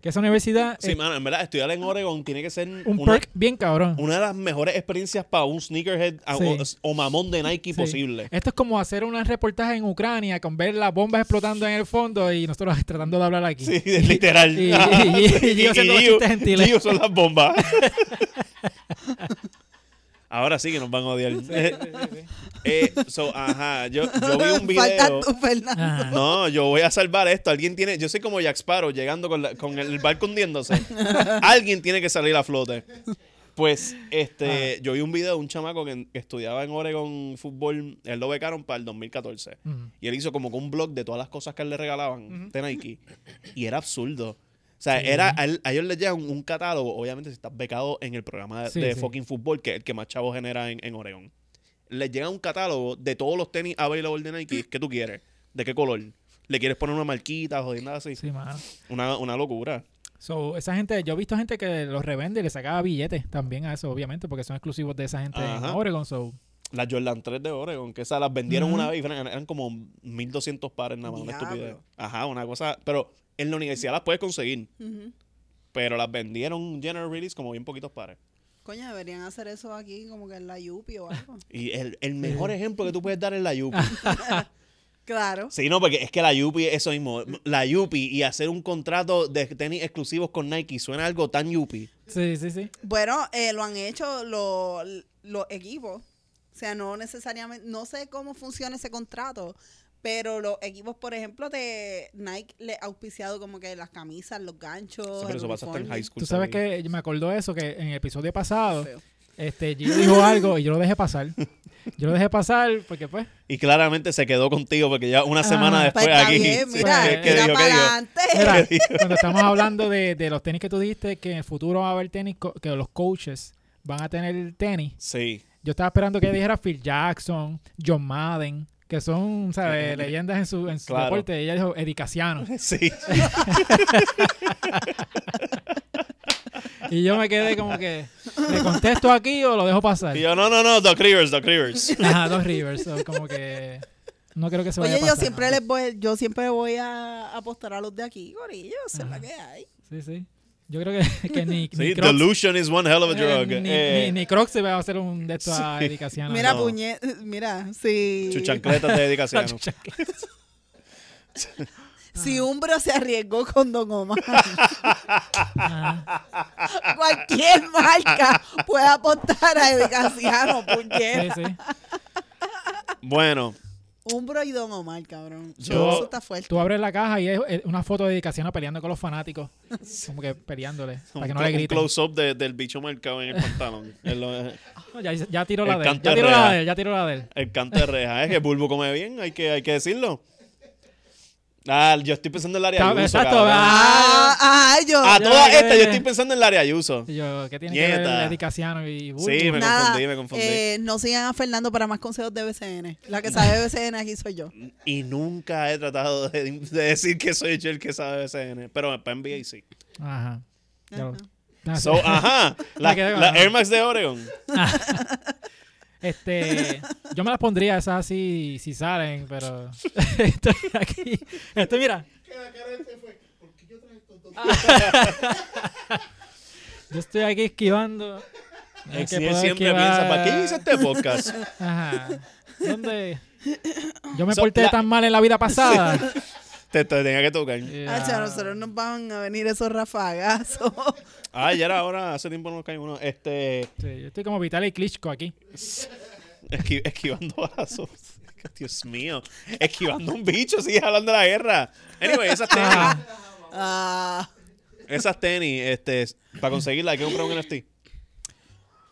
A: Que esa universidad
B: Sí,
A: es
B: mano, en verdad, estudiar en Oregon tiene que ser
A: Eh. un
B: una,
A: perk bien cabrón.
B: una de las mejores experiencias para un sneakerhead a- o,
A: Sí.
B: o mamón de Nike
A: Sí. *laughs*
B: posible.
A: Esto es como hacer un reportaje en Ucrania con ver las bombas explotando en el fondo y nosotros *laughs* tratando de hablar aquí.
B: Sí, *laughs* literal.
A: *laughs* Y- y- y- y yo haciendo los
B: Gio-
A: chistes gentiles.
B: Gio son las bombas.
A: *laughs*
B: Ahora sí que nos van a odiar. Eh, so, ajá, yo, yo vi
A: *laughs*
B: un video.
C: *laughs* Falta tú, Fernando.
A: Ajá.
B: No, yo voy a salvar esto. Alguien tiene. Yo soy como Jack Sparrow llegando con, la- con el
A: *laughs*
B: barco hundiéndose. Alguien tiene que salir a flote. Pues, este, yo vi un video de un chamaco que, que estudiaba en Oregon fútbol. Él lo becaron para el 2014.
A: Ujú.
B: Y él hizo como que un blog de todas las cosas que a él le regalaban de Nike. Y era absurdo. O sea, era, a, él- a ellos les llega un, un catálogo. Obviamente, si estás becado en el programa de,
A: Sí,
B: de
A: sí.
B: fucking fútbol, que es el que más chavos genera en, en Oregon, les llega un catálogo de todos los tenis available de Nike que tú quieres. ¿De qué color? ¿Le quieres poner una marquita o nada así?
A: Sí, mano.
B: Una, una locura.
A: So, esa gente, yo he visto gente que los revende y le sacaba billetes también a eso, obviamente, porque son exclusivos de esa gente
B: Ajá.
A: en Oregon. So,
B: Las Jordan 3 de Oregon, que esas las vendieron
A: Ujú.
B: una vez y eran, eran como 1200 pares nada más. Una
C: Diablo.
B: estupidez. Ajá, una cosa. Pero en la universidad las puedes conseguir.
C: Ujú.
B: Pero las vendieron general release como bien poquitos pares.
C: Coño, deberían hacer eso aquí como que en la Yupi o
A: *laughs*
C: algo.
B: Y el, el mejor ejemplo que tú puedes dar es la
C: *laughs*
B: Yupi.
C: Claro.
B: Sí, no, porque es que la Yupi es eso mismo. La Yupi y hacer un contrato de tenis exclusivos con Nike suena algo tan Yupi.
A: sí, sí, sí.
C: Bueno, eh, lo han hecho lo- los equipos. O sea, no necesariamente, no sé cómo funciona ese contrato, pero los equipos, por ejemplo, de Nike le ha auspiciado como que las camisas, los ganchos.
B: Sí, pero
C: el
B: eso pasa hasta en
C: uniforme.
B: high school.
A: Tú sabes
B: también.
A: que me acordó eso, que en el episodio pasado,
C: Feo.
A: este, Gio dijo algo y yo lo dejé pasar. Yo lo dejé pasar porque, pues,
B: Y claramente se quedó contigo porque ya una
A: Ah,
B: semana
C: Pues
B: después
C: está
B: aquí.
C: bien,
B: sí,
C: mira,
A: que- que
C: mira
B: dijo, que
C: para
B: dijo.
C: adelante.
A: *laughs* mira, cuando estamos hablando de, de los tenis que tú diste, que en el futuro va a haber tenis, co- que los coaches van a tener tenis.
B: Sí. *laughs*
A: Yo estaba esperando que dijera Phil Jackson, John Madden, que son, ¿sabes? leyendas en su, en su
B: Claro.
A: deporte. Ella dijo Eddie Casiano.
B: Sí.
A: Y yo me quedé como que, ¿le contesto aquí o lo dejo pasar?
B: Y yo, no, no, no, Doc Rivers, Doc
C: *laughs*
B: Rivers.
A: Ajá, dos Rivers. so, como que no creo que se vaya
C: Oye,
A: a
C: yo
A: pasar.
C: siempre les voy, yo siempre voy a apostar a los de aquí, gorillos, es la
A: Ajá.
C: que hay.
A: Sí, sí. Yo creo que, *laughs* que ni,
B: Sí,
A: ni Crocs...
B: delusion is one hell of a
A: eh,
B: drug.
A: ni,
B: Eh,
A: ni- ni Crocs se va a hacer un de esto a
B: Sí.
A: Eddie Casiano.
C: Mira,
B: no.
C: puñe, mira, si,
B: Chuchancletas de
C: *laughs*
B: dedicación.
C: si Umbro se arriesgó con Don Omar,
A: *laughs* Ajá.
C: cualquier marca puede apostar a Edicaciano,
A: Sí,
C: puñe.
A: sí.
B: Bueno,
C: Umbro y Don Omar, cabrón.
B: Yo-
C: Eso está fuerte.
A: Tú abres la caja y es eh, una foto de Eddie Casiano peleando con los fanáticos. Como que peleándole. Para que
B: un,
A: no le griten.
B: close-up de- del bicho marcado en el pantalón. *laughs* Es lo-
A: No, ya, ya tiró
B: El
A: la de él.
B: canto
A: Ya
B: es
A: tiró
B: real.
A: la de él. Ya tiró la de él.
B: El canto de reja, es que Bulbo come bien, hay que, hay que decirlo. Ah, yo estoy pensando en Larry
A: Está-
B: Ayuso.
A: exacto,
B: cabrón.
A: ¿verdad?
C: Ah, ah, yo.
B: A
A: Ya,
B: todas
A: ya,
B: estas,
A: ya.
B: yo estoy pensando en Larry Ayuso.
A: Y yo, ¿qué tiene que
B: Nieta.
A: ver Eddie Casiano y Bulbo?
B: Sí, me
C: Nada,
B: confundí, me confundí.
C: eh, no sigan a Fernando para más consejos de BCN. La que sabe de BCN aquí soy yo.
B: Y nunca he tratado de, de decir que soy yo el que sabe BCN, pero para NBA sí.
A: Ajá. Ya lo-
C: Ajá.
A: Ah, sí.
B: So, ajá,
A: *laughs*
B: la,
A: Me quedé con
B: la
A: la-
B: Air Max de Oregon. *laughs*
A: Este, yo me las pondría esas así si salen, pero *laughs* estoy aquí. Estoy, mira. Yo estoy aquí esquivando.
B: Eh,
A: Es que
B: sí, él
A: puedo
B: siempre
A: esquivar.
B: piensa, ¿para qué yo hice este podcast?
A: Ajá. ¿Dónde? Yo me
B: So,
A: porté
B: la-
A: tan mal en la vida
B: *laughs*
A: pasada.
B: te, te tenía que tocar.
A: Yeah.
C: Ah, chaval, nosotros nos van a venir esos rafagazos. *laughs*
B: Ah, ya era ahora, hace tiempo no nos cae uno. Este,
A: Sí, yo estoy como Vitaly Klitschko aquí.
B: Esqui- esquivando *laughs* balazos. Dios mío. Esquivando un bicho, sigue hablando de la guerra. Anyway, esas tenis,
A: Ah,
C: Ah,
B: esas tenis, este, para conseguirlas hay que comprar un NFT.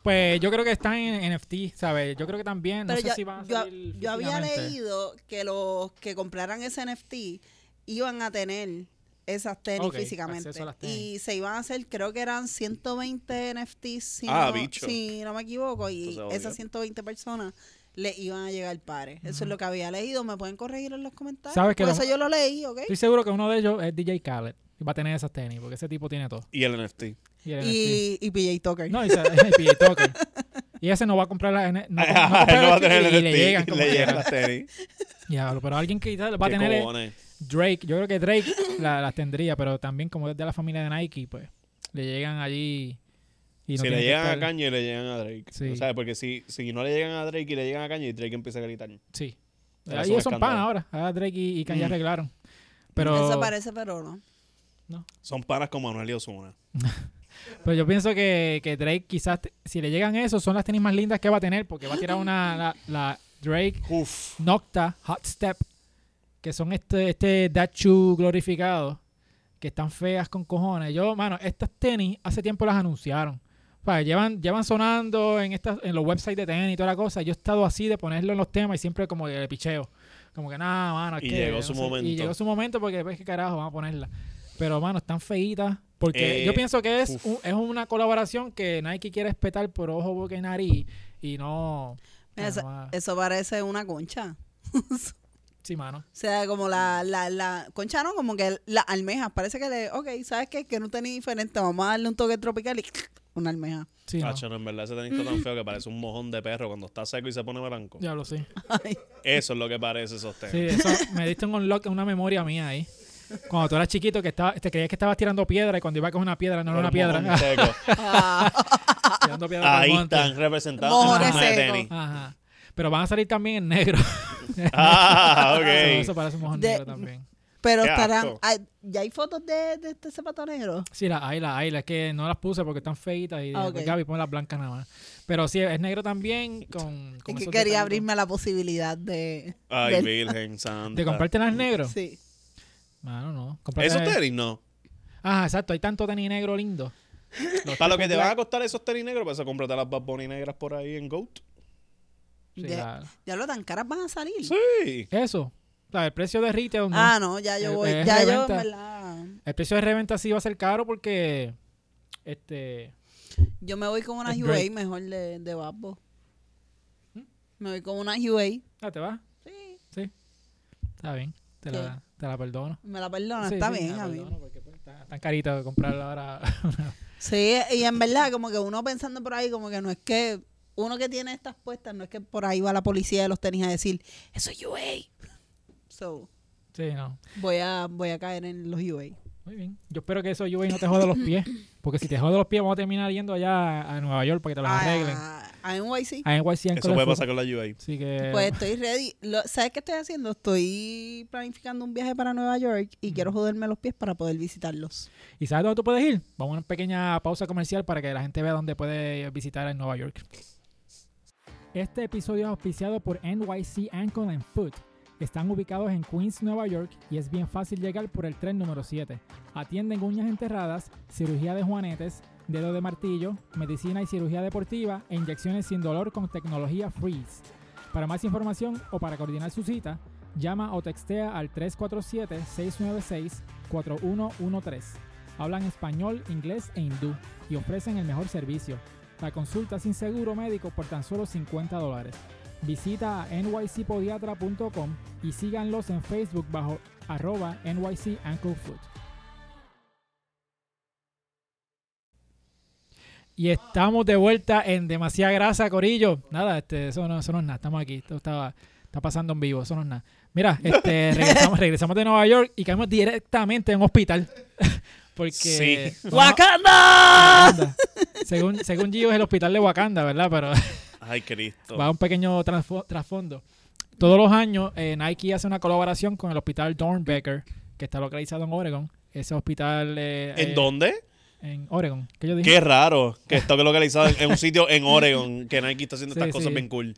A: pues yo creo que están en NFT, ¿sabes? Yo creo que también. No
C: pero
A: sé
C: yo,
A: si van a
C: yo-
A: salir
C: yo había
A: físicamente.
C: leído que los que compraran ese NFT iban a tener esas tenis
A: Ok,
C: físicamente.
A: acceso a las
C: Y
A: tenis.
C: se iban a hacer, creo que eran 120 NFTs, si,
B: Ah,
C: no,
B: bicho.
C: si no me equivoco. Y
B: Entonces, obvio.
C: esas 120 personas le iban a llegar pares. Eso es lo que había leído. ¿Me pueden corregir en los comentarios?
A: ¿Sabes que
C: Por
A: lo-
C: eso yo lo leí, ¿ok?
A: Estoy seguro que uno de ellos es DJ Khaled. va a tener esas tenis, porque ese tipo tiene todo.
B: Y el NFT.
A: Y el NFT.
C: Y, y PJ Tucker.
A: No, y, se- y PJ
C: *laughs*
A: Tucker. Y ese no va a comprar la no,
B: *laughs*
A: no va a comprar
B: no va a
A: las tenis
B: tener
A: y
B: el
A: le
B: NFT.
A: llegan como
B: le
A: quiera.
B: llegan las tenis.
A: Diablo, pero alguien que quizás va a
B: Qué
A: tener eh,
B: cojones.
A: Drake. Yo creo que Drake la- las tendría, pero también como es de la familia de Nike, pues le llegan allí. Y no
B: si
A: tiene
B: le
A: que
B: llegan a
A: estar-
B: Kanye, le llegan a Drake.
A: Sí.
B: O sea, porque si, si no le llegan a Drake y le llegan a Kanye, Drake empieza a gritar.
A: Sí.
B: Era
A: Ahí
B: un
A: son
B: escándalo.
A: pan ahora. Ahora Drake y, y Kanye
B: Mm.
A: arreglaron. Pero,
C: Eso parece, pero no.
B: Son panas como Manuel y Ozuna.
A: pero yo pienso que, que Drake quizás, te- si le llegan eso, son las tenis más lindas que va a tener, porque va a tirar una la, la Drake
B: Uf.
A: Nocta Hot Step, que son este, este Dachu glorificado, que están feas con cojones. Yo, mano, estas tenis hace tiempo las anunciaron. O sea, llevan, llevan sonando en estas, en los websites de tenis y toda la cosa. Yo he estado así de ponerlo en los temas y siempre como que le picheo. Como que nada, mano. es
B: Y
A: que,
B: llegó su momento.
A: Y llegó su momento porque después, ¿qué carajo? Vamos a ponerla. Pero, mano, están feitas. Porque
B: Eh,
A: yo pienso que es,
B: uf.
A: un- es una colaboración que Nike quiere espetar por ojo, boca y nariz. Y no.
C: Mira,
A: no va-
C: Eso parece una concha.
A: sí, mano.
C: O sea, como la, la, la concha, ¿no? Como que las almejas. Parece que le, ok, ¿sabes qué? Que no tenía diferente. Vamos a darle un toque tropical y *sniffs* una almeja.
A: Sí, no.
B: Tacho, no, en verdad ese tenis está tan feo que parece un mojón de perro cuando está seco y se pone blanco.
A: Ya lo sé.
B: Eso es lo que parece esos tenis.
A: Sí,
B: *laughs*
A: eso me diste un unlock, una memoria mía ahí. Cuando tú eras chiquito, que estaba, te creías que estabas tirando piedra y cuando iba con una piedra, no era una
B: Un
A: piedra.
B: mojón seco.
C: Ah,
A: *laughs* tirando piedra por el
B: Ahí
A: monte.
B: están representados las
C: Mojones
B: de
C: secos. *laughs*
B: tenis.
A: Ajá. Pero van a salir también en negro.
B: Ah,
A: *laughs* Eso,
B: ok.
A: eso parece un mojón
C: De-
A: negro también.
C: *laughs* pero
B: Qué
C: estarán.
B: asco.
C: ay, ¿Ya hay fotos de, de este zapato negro?
A: Sí, la hay, la hay. la- Es que no las puse porque están feitas y
C: Ah,
A: pues,
C: ok.
A: Gaby pone las blancas nada más. Pero sí, es negro también con... con
C: Es que
A: esos
C: quería
A: detallitos.
C: abrirme la posibilidad de.
B: Ay,
C: del-
B: Virgen Santa.
A: ¿Te compraste las negro?
C: *sniffs* Sí.
A: Mano, no. Comprarte-
B: Esos tenis no.
A: Ah, exacto. Hay tanto tenis negro lindo. Los
B: Para lo que
A: Triple
B: te
A: Black.
B: van a costar esos tenis negros, pues, vas a comprarte las Bad Bunny negras por ahí en Goat.
A: Sí,
C: De-
A: la-
C: Ya lo tan caras van a salir.
B: Sí.
A: Eso. O sea, el precio de retail no.
C: Ah, no, ya yo
A: Eh,
C: voy.
A: es
C: Ya yo, en
A: reventa.
C: verdad.
A: El precio de reventa sí va a ser caro porque este
C: Yo me voy con una
A: Es
C: UA
A: great. ¿Mm?
C: mejor de, de Babbo. Me voy con una UA.
A: ah, te va,
C: Sí.
A: está bien, te la, te la perdono.
C: Me la perdona,
A: Sí,
C: está
A: sí, te
C: bien,
A: la
C: a mí.
A: perdono porque, pues, está, tan carito comprarla ahora. *laughs*
C: Sí, y en verdad, como que uno pensando por ahí, como que no es que uno que tiene estas puestas, no es que por ahí va la policía de los tenis a decir, eso es UA. So,
A: sí, no.
C: voy a, voy a caer en los UA.
A: Muy bien. Yo espero que eso Juve no te joda los pies, porque si te jode los pies vamos a terminar yendo allá a, a Nueva York para que te
C: Ah.
A: los arreglen.
C: A, a NYC.
A: A NYC en
B: Eso
A: Colorado.
B: puede pasar con la UA.
A: Así
B: eh.
A: que
C: Pues estoy ready. Lo- ¿Sabes qué estoy haciendo? Estoy planificando un viaje para Nueva York
B: Mm.
C: y quiero joderme los pies para poder visitarlos.
A: ¿Y sabes dónde tú puedes ir? Vamos a una pequeña pausa comercial para que la gente vea dónde puede visitar en Nueva York. Este episodio es auspiciado por NYC Ankle and Foot. Están ubicados en Queens, Nueva York y es bien fácil llegar por el tren número 7. Atienden uñas enterradas, cirugía de juanetes, dedo de martillo, medicina y cirugía deportiva e inyecciones sin dolor con tecnología Freeze. Para más información o para coordinar su cita, llama o textea al 347-696-4113. Hablan español, inglés e hindú y ofrecen el mejor servicio. La consulta sin seguro médico por tan solo 50 dólares. Visita a nycpodiatra.com y síganlos en Facebook bajo arroba NYC Ankle Foot. Y estamos de vuelta en Demasiada Grasa, Corillo. Nada, este, eso, no, eso no es nada. Estamos aquí. Esto estaba, está pasando en vivo. Eso no es nada. Mira, este, regresamos, regresamos de Nueva York y caemos directamente en un hospital. *laughs* Porque...
B: Sí.
A: no-
B: *laughs*
C: ¡Wakanda!
A: Wakanda. Según, según Gio es el hospital de Wakanda, ¿verdad? Pero
B: Ay, Cristo.
A: va a un pequeño trasfo- trasfondo. Todos los años eh, Nike hace una colaboración con el hospital Dornbecker, que está localizado en Oregon. Ese hospital eh,
B: ¿En
A: eh,
B: dónde?
A: en Oregon, que yo dije.
B: Qué raro que está localizado en- en un sitio en Oregon, que Nike está haciendo
A: Sí,
B: estas cosas
A: sí.
B: bien cool.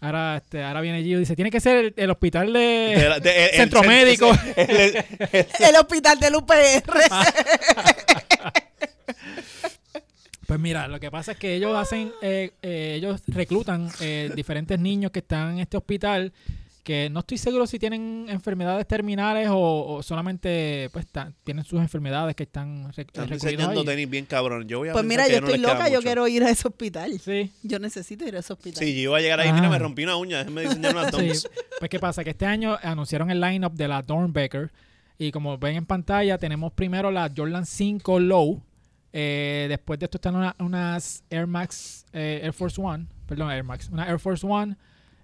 A: Ahora, este, ahora viene Gio y dice, tiene que ser el, el hospital
B: De
A: de...
B: la- de- el- el-
A: Eh, Centro
B: el-
A: médico.
B: *laughs* el- el- el-
C: El hospital del UPR.
B: Ah,
A: Pues mira, lo que pasa es que ellos hacen, eh, eh, ellos reclutan eh, diferentes niños que están en este hospital, que no estoy seguro si tienen enfermedades terminales o, o solamente pues, ta- tienen sus enfermedades que están, rec-
B: Están
A: recluidos
B: diseñando
A: ahí.
B: tenis bien cabrón. Yo voy a
C: Pues
B: pensar
C: mira,
B: que
C: yo
B: no
C: estoy
B: les queda
C: loca, yo
B: mucho.
C: quiero ir a ese hospital.
A: Sí.
C: Yo necesito ir a ese hospital.
B: Sí, yo iba a llegar ahí. Mira,
A: Ah.
B: me rompí una uña. Déjame diseñar unas
A: Sí,
B: dunks.
A: Pues qué pasa, que este año anunciaron el lineup de la Dornbecker Y como ven en pantalla, tenemos primero la Jordan 5 Low. Eh, después de esto están una- unas Air Max, eh, Air Force One, perdón, Air Max, una Air Force One,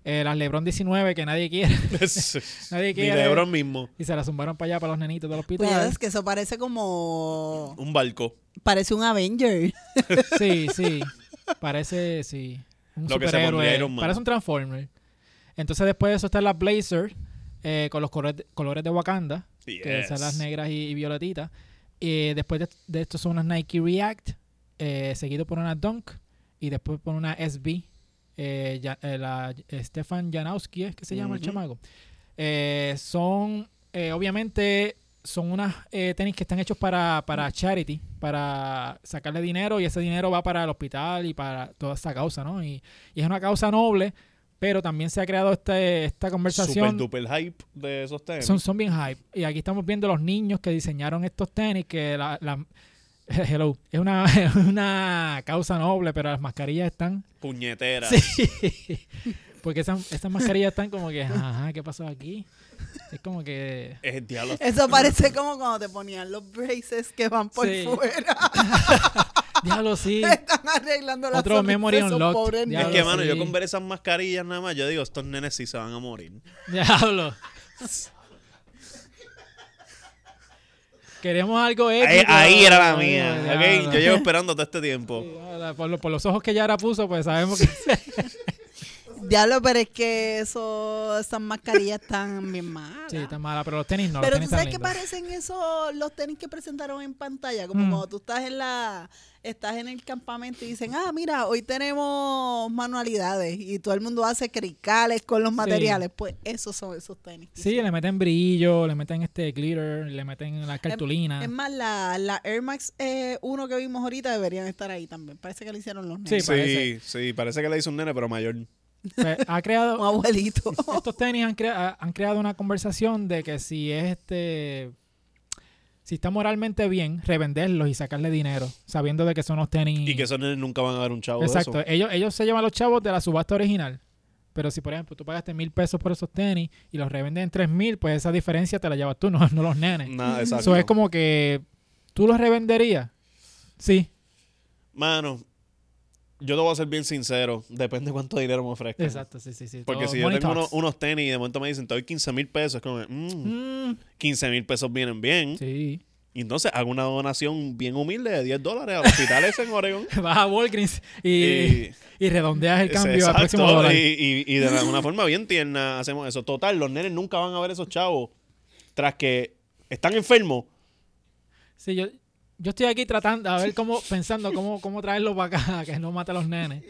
A: eh, las Lebron 19 que nadie quiere. *laughs*
B: *laughs*
A: Nadie
B: Ni
A: quiere.
B: Lebron mismo.
A: Y se las zumbaron para allá, para los nenitos del hospital.
C: Cuidado, es que eso parece como.
B: Un barco.
C: Parece un Avenger. *laughs*
A: *laughs* Sí, sí. Parece, sí. Un
B: Lo que se pondría
A: superhéroe.
B: Iron Man.
A: Parece un Transformer. Entonces, después de eso están las Blazer eh, con los colores, colores de Wakanda, que
B: Yes.
A: son las negras y, y violetitas. Y después de, de esto son unas Nike React, eh, seguido por una Dunk y después por una SB. Eh, ya- eh, la Stefan Janowski es que se llama el
B: Ujú.
A: chamaco. Eh, son, eh, obviamente, son unas eh, tenis que están hechos para, para charity, para sacarle dinero y ese dinero va para el hospital y para toda esta causa, ¿no? Y, y es una causa noble, pero también se ha creado este, esta
B: Super
A: conversación.
B: duper hype de esos tenis.
A: Son, son bien hype. Y aquí estamos viendo los niños que diseñaron estos tenis, que la... la- *laughs* Hello, es una, *laughs* es una causa noble, pero las mascarillas están...
B: Puñeteras.
A: Sí. Porque esas, esas mascarillas están como que, ajá, ¿qué pasó aquí? Es como que...
B: Es el
A: *laughs*
B: diablo.
C: Eso parece como cuando te ponían los braces que van por
A: Sí.
C: fuera.
A: Diablo,
B: *laughs*
A: sí.
C: *laughs* Están arreglando la
A: Otro
C: sonrisa
A: memory
C: de esos
A: unlocked.
C: pobres
A: Ya
B: Es
C: nenes.
B: que, mano,
A: sí.
B: yo con ver esas mascarillas nada más, yo digo, estos nenes sí se van a morir.
A: Diablo. Queremos algo
B: Ahí,
A: épico.
B: ahí era la
A: Ay,
B: mía,
A: diablo.
B: ¿ok? Yo llevo esperando todo este tiempo.
A: Sí, ahora, Por, lo- por los ojos que Yara puso, pues sabemos
B: *laughs*
A: que... *laughs*
C: Diablo, pero es que eso, esas mascarillas están bien malas.
A: Sí, está mala, pero los tenis no.
C: pero
A: los tenis
C: tú sabes que
A: están lindos.
C: parecen esos los tenis que presentaron en pantalla, como
A: Mm.
C: cuando tú estás en la estás en el campamento y dicen, "Ah, mira, hoy tenemos manualidades" y todo el mundo hace cricales con los materiales, pues esos son esos tenis. que
A: Sí,
C: hicieron.
A: le meten brillo, le meten este glitter, le meten la cartulina.
C: es más, la, la Air Max 1 que vimos ahorita deberían estar ahí también. Parece que lo hicieron los
A: Sí, *laughs*
C: nenes.
B: Sí,
A: parece.
B: sí, parece que le hizo un nene, pero mayor.
A: Pues, ha creado...
C: Un *laughs* abuelito.
A: estos tenis han, crea- ha- han creado una conversación de que si es este si está moralmente bien revenderlos y sacarle dinero sabiendo de que son los tenis
B: Y que esos nenes nunca van a dar un chavo
A: exacto
B: de eso.
A: ellos ellos se llevan los chavos de la subasta original pero si por ejemplo tú pagaste mil pesos por esos tenis y los revenden en tres mil pues esa diferencia te la llevas tú *laughs* no, no los nenes
B: Nada, exacto.
A: eso es como que tú los revenderías sí
B: Mano, yo te voy a ser bien sincero. Depende cuánto dinero me ofrezcan.
A: exacto sí sí sí
B: Porque
A: todo-
B: si yo
A: money
B: tengo uno-
A: talks.
B: unos tenis y de momento me dicen, te doy 15 mil pesos, es como, mm,
A: Mm,
B: 15 mil pesos vienen bien.
A: sí *laughs*
B: Y entonces hago una donación bien humilde de 10 dólares al hospital ese en Oregon.
A: vas a Walgreens *laughs* y,
B: Y-
A: y redondeas el
B: Ese-
A: cambio al
B: exacto,
A: próximo dólar
B: Y, y- y de la- una forma bien tierna hacemos eso. Total, los nenes nunca van a ver esos chavos tras que están enfermos.
A: Sí, yo, yo estoy aquí tratando, a ver cómo, pensando cómo, cómo traerlo para acá, *laughs* que no mate a los nenes.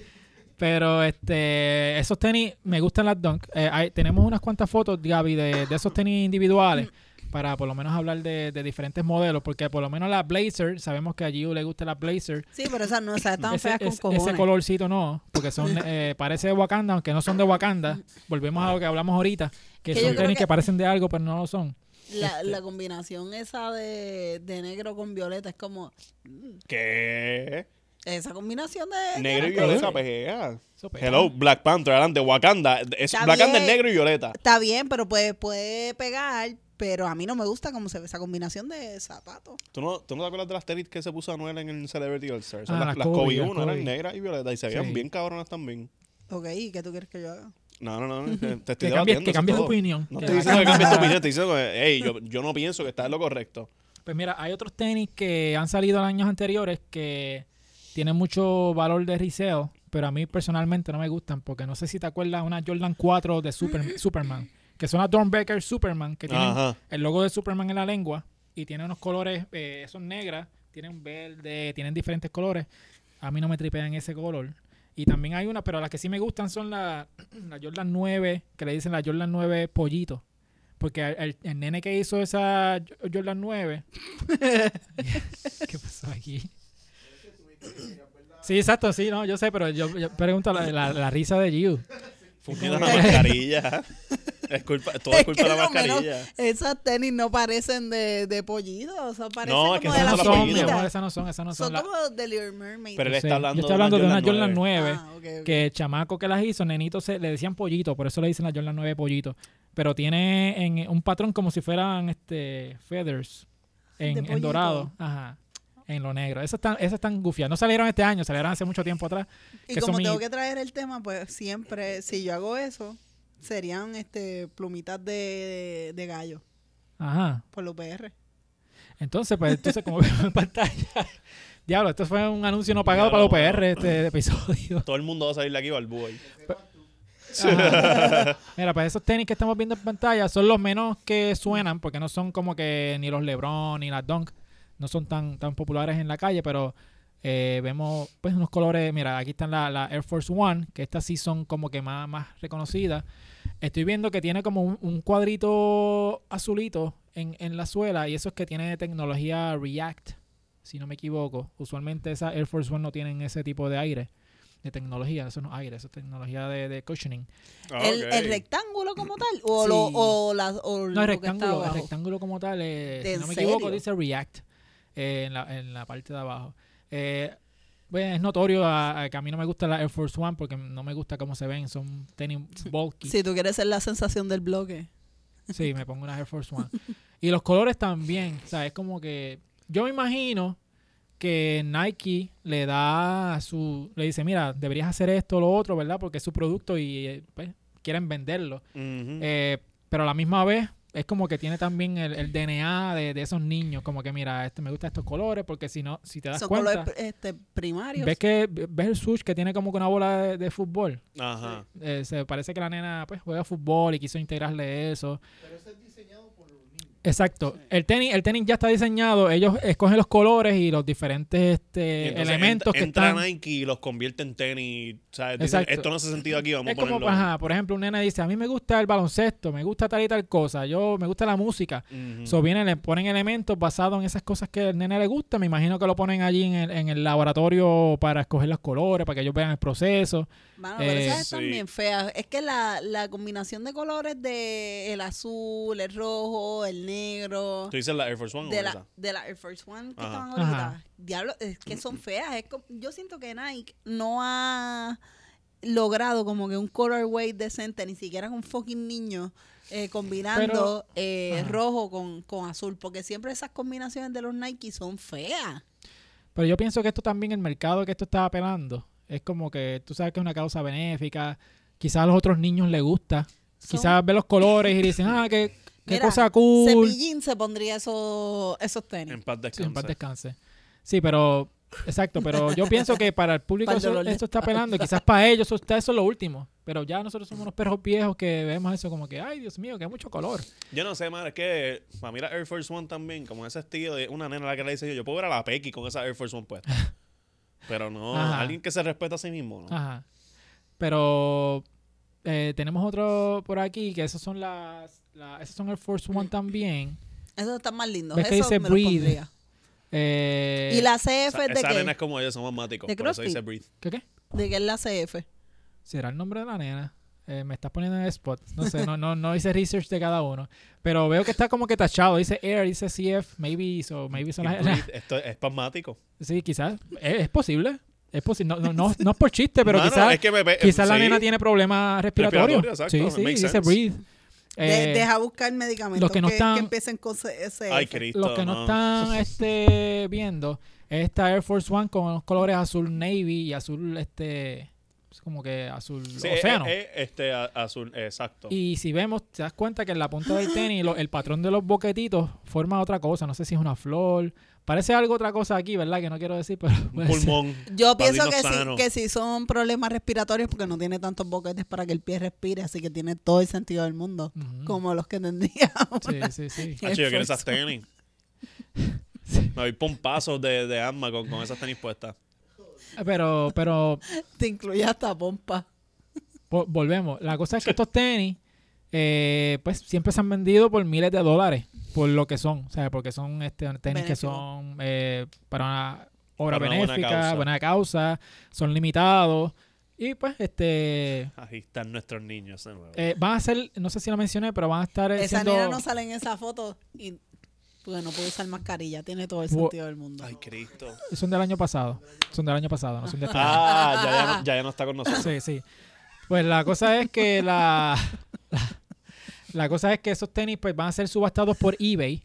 A: Pero este, esos tenis, me gustan las Dunk. Eh, hay- tenemos unas cuantas fotos, Gaby, de, de esos tenis individuales para por lo menos hablar de, de diferentes modelos, porque por lo menos la Blazer, sabemos que a Giu le gusta la Blazer.
C: Sí, pero esas no, esas están
A: Ese,
C: feas con
A: ese-
C: cojones.
A: ese colorcito no, porque son
C: *laughs*
A: eh, parece de Wakanda, aunque no son de Wakanda. Volvemos a lo que hablamos ahorita, que,
C: Que yo
A: son
C: creo
A: tenis que...
C: que-
A: parecen de algo, pero no lo son.
C: La, la combinación esa de, de negro con violeta es como
B: ¿Qué?
C: esa combinación de
B: Negro y
C: de-
B: violeta pejea.
A: Eso pega.
B: Hello, Black Panther, adelante, Wakanda. Es,
C: Está
B: Black Panther
C: bien.
B: negro y violeta.
C: Está bien, pero puede, puede pegar, pero a mí no me gusta cómo se ve esa combinación de zapatos.
B: ¿Tú no, tú no te acuerdas de las tenis que se puso Anuel en el Celebrity All Stars?
A: Ah,
B: las,
A: las
B: las
A: Kobe,
B: Kobe
A: las
B: 1 eran
A: Kobe.
B: negras y violetas y se veían
A: Sí.
B: bien cabronas también.
C: Ok, ¿y qué tú quieres que yo haga?
B: No,
A: *laughs*
B: no, no, no, te, te estoy
A: Que cambies,
B: debatiendo,
A: que
B: eso
A: cambies de
B: todo.
A: opinión.
B: No
A: Que
B: te
A: la
B: diciendo que cambies tu
A: cambia-
B: opinión, te diciendo que, hey, yo, yo no pienso que está en lo correcto.
A: Pues mira, hay otros tenis que han salido en años anteriores que tienen mucho valor de riseo, pero a mí personalmente no me gustan porque no sé si te acuerdas una Jordan 4 de Super- Superman, que son las Dornbecker Superman, que tienen
B: Ajá.
A: el logo de Superman en la lengua y tienen unos colores, eh, son negras, tienen verde, tienen diferentes colores. A mí no me tripean ese color. Y también hay una, pero las que sí me gustan son la, *clears throat* la Jordan 9, que le dicen la Jordan 9 pollito. Porque el, el- el nene que hizo esa Jo- Jordan 9... ¿Qué pasó aquí? Sí, exacto, sí, no, yo sé, pero yo, yo pregunto la, la- la risa de Giu.
B: Funciona la
C: *laughs*
B: mascarilla. Es culpa, todo es culpa de la
C: lo menos
B: mascarilla.
C: esas tenis no parecen de, de pollito, eso parece
B: No, es
C: como
B: que
C: de
A: Esas
B: esas
A: no
C: las
B: la
A: son, mi
B: pollita.
A: amor,
C: figuritas.
A: esas no son, esas no son.
C: Son
A: la-
C: como de Little Mermaid.
B: Pero él
A: Sí,
B: está hablando,
A: yo estoy hablando de una Jordan 9,
C: Ah, ok, ok.
A: que chamaco que las hizo, nenito se, le decían pollito, por eso le dicen la Jordan 9 pollito. pero tiene en un patrón como si fueran este feathers
C: De
A: en, en
C: pollito.
A: dorado, ajá, en lo negro. Esas están esas están gufias. No salieron este año, salieron hace mucho tiempo atrás.
C: Y
A: que
C: como
A: son
C: tengo
A: mi-
C: que traer el tema, pues siempre, si yo hago eso, serían este plumitas de, de, de gallo
A: Ajá.
C: por los PR.
A: Entonces, pues entonces como *laughs* veo en pantalla, diablo, esto fue un anuncio no pagado
B: Diablo,
A: para UPR este episodio.
B: Todo el mundo va a salir de aquí balbú hoy.
A: Ajá. Mira, pues esos tenis que estamos viendo en pantalla son los menos que suenan, porque no son como que ni los Lebron ni las Dunk, no son tan, tan populares en la calle, pero eh, vemos pues unos colores, mira, aquí están las la Air Force One, que estas sí son como que más, más reconocidas. Estoy viendo que tiene como un, un cuadrito azulito en, en la suela y eso es que tiene tecnología React, si no me equivoco. Usualmente esas Air Force One no tienen ese tipo de aire, de tecnología, eso no es aire, eso es tecnología de- de cushioning.
C: el, el rectángulo como tal o
A: Sí.
C: lo o la
A: No,
C: o lo
A: el
C: que está
A: rectángulo, el
C: abajo.
A: rectángulo como tal, eh,
C: ¿De
A: si no me
C: en
A: equivoco,
C: serio?
A: dice React eh, en, la, en la parte de abajo. Eh, bueno, es notorio a, a que a mí no me gusta la Air Force One porque no me gusta cómo se ven, son
C: *laughs*
A: tenis bulky. Sí,
C: Si tú quieres ser la sensación del bloque.
A: me pongo una Air Force One. Y los colores también, o sea, es como que yo me imagino que Nike le da su, le dice, mira, deberías hacer esto o lo otro, ¿verdad? Porque es su producto y eh, pues, quieren venderlo.
B: Ujú.
A: Eh, pero a la misma vez es como que tiene también el, el DNA de, de esos niños. Como que mira, este, me gustan estos colores porque si no, si te das
C: Son
A: cuenta,
C: colores este, primarios.
A: ves que ves el switch que tiene como que una bola de, de fútbol.
B: Ajá.
A: Eh, se parece que la nena pues juega fútbol y quiso integrarle eso. Pero eso es diseñado por los niños. Exacto. El tenis, el tenis ya está diseñado. Ellos escogen los colores y los diferentes este,
B: Y entonces
A: elementos
B: ent-
A: que
B: entra
A: están.
B: Nike y los convierte en tenis. ¿sabes? Dicen,
A: Exacto.
B: esto no hace sentido aquí, vamos
A: Es
B: a ponerlo.
A: como, ajá, por ejemplo, un nene dice, a mí me gusta el baloncesto, me gusta tal y tal cosa, yo me gusta la música.
B: Ujú.
A: So vienen, le ponen elementos basados en esas cosas que al nene le gusta. Me imagino que lo ponen allí en el, en el laboratorio para escoger los colores, para que ellos vean el proceso.
C: Mano, pero
A: Eh,
C: esas están
B: sí.
C: bien feas. Es que la, la combinación de colores de el azul, el rojo, el negro,
B: ¿Tú dices la Air Force One o
C: de la,
B: esa?
C: de la Air Force One que
B: Ajá.
C: estaban
A: Ajá.
C: ahorita. Diablo, es que son feas. Es co- yo siento que Nike no ha logrado como que un colorway decente, ni siquiera con fucking niño, eh, combinando eh,
A: ajá.
C: rojo con, con azul, porque siempre esas combinaciones de los Nike son feas.
A: Pero yo pienso que esto también, el mercado que esto está apelando, es como que tú sabes que es una causa benéfica. Quizás a los otros niños les gusta.
C: Son-
A: Quizás ven los colores y dicen, ah, qué, qué
C: Mira,
A: cosa cool.
C: Cepillín se pondría esos esos tenis.
B: En paz
A: Sí, en paz
B: descanse.
A: descanse. Sí, pero. Exacto, pero yo pienso que para el público
C: *laughs* Para el
A: eso,
C: dolor de
A: esto está apelando y quizás para ellos eso, está- eso es lo último. Pero ya nosotros somos unos perros viejos que vemos eso como que, ay, Dios mío, que hay mucho color.
B: Yo no sé, man, es que para mí la Air Force One también, como ese estilo de una nena a la que le dice yo, yo puedo ver a la Pequi con esa Air Force One puesta. Pero no,
A: Ajá.
B: alguien que se respeta a sí mismo, ¿no?
A: Ajá. Pero eh, tenemos otro por aquí que esas son las. la- esas son Air Force One también.
C: Esos están más lindos.
A: ¿Ves que
C: Esos
A: dice
C: me los
A: breathe?
C: pondría.
A: Eh,
C: ¿Y la CF
B: Esa,
C: es de
B: esa nena
C: qué?
B: es como yo, somos máticos.
C: ¿De
B: Por eso
C: CrossFit?
B: dice Breathe.
A: ¿Qué qué?
C: ¿De qué es la CF?
A: ¿Será el nombre de la nena? Eh, me estás poniendo en el spot. No sé, no, no, no hice research de cada uno. Pero veo que está como que tachado. Dice Air, dice CF, maybe, so, maybe son
B: Y
A: las.
B: Breathe, esto es pasmático.
A: sí, quizás. Eh, Es, es posible. Es posible. No, no, no, no es por chiste, pero
B: Mano,
A: quizás
B: es que me ve-
A: quizás la
B: sí.
A: nena tiene problemas respiratorios.
B: Respiratorio, exacto,
A: sí,
B: it
A: sí,
B: makes
A: dice
B: sense.
A: breathe.
C: De-
A: Eh,
C: deja buscar medicamentos
A: los que no están-
C: empiecen con C- CF.
B: Ay, Cristo.
A: los que no, están este, viendo es esta Air Force One con los colores azul navy y azul este es como que azul
B: Sí, eh,
A: océano
B: eh, este a- azul, exacto.
A: y si vemos te das cuenta que en la punta del tenis lo- el patrón de los boquetitos forma otra cosa no sé si es una flor parece algo otra cosa aquí verdad que no quiero decir pero
B: Un
A: puede ser.
B: pulmón. Pablito
C: Yo pienso que sí,
B: Sano.
C: que sí son problemas respiratorios porque no tiene tantos boquetes para que el pie respire, así que tiene todo el sentido del mundo,
A: Ujú.
C: como los que tendríamos.
A: sí sí sí
B: Ah, chico, yo quiero esas tenis.
A: *laughs*
B: Me voy pompazos de, de asma con, con esas tenis puestas.
A: pero pero
C: *laughs* Te incluye hasta pompa.
A: po- Pues, volvemos la cosa es que estos tenis eh, pues siempre se han vendido por miles de dólares por lo que son, ¿sabes? Porque son este, tenis que
C: Benéfico.
A: son eh, para una obra
B: Para una buena
A: benéfica,
B: causa.
A: buena causa, son limitados y pues este
B: Ahí están nuestros niños de nuevo.
A: eh, van a ser, no sé si lo mencioné, pero van a estar eh,
C: Esa
A: siendo-
C: nena no sale en esa foto y porque no puede usar mascarilla, tiene todo el
A: Bu-
C: sentido del mundo.
B: Ay, Cristo.
A: son del año pasado, son del año pasado, no son de este año.
B: Ah, ya, *laughs* ya, no, ya ya no está con nosotros.
A: Sí, sí. Pues *laughs* la cosa es que la, la, La cosa es que esos tenis pues, van a ser subastados por eBay.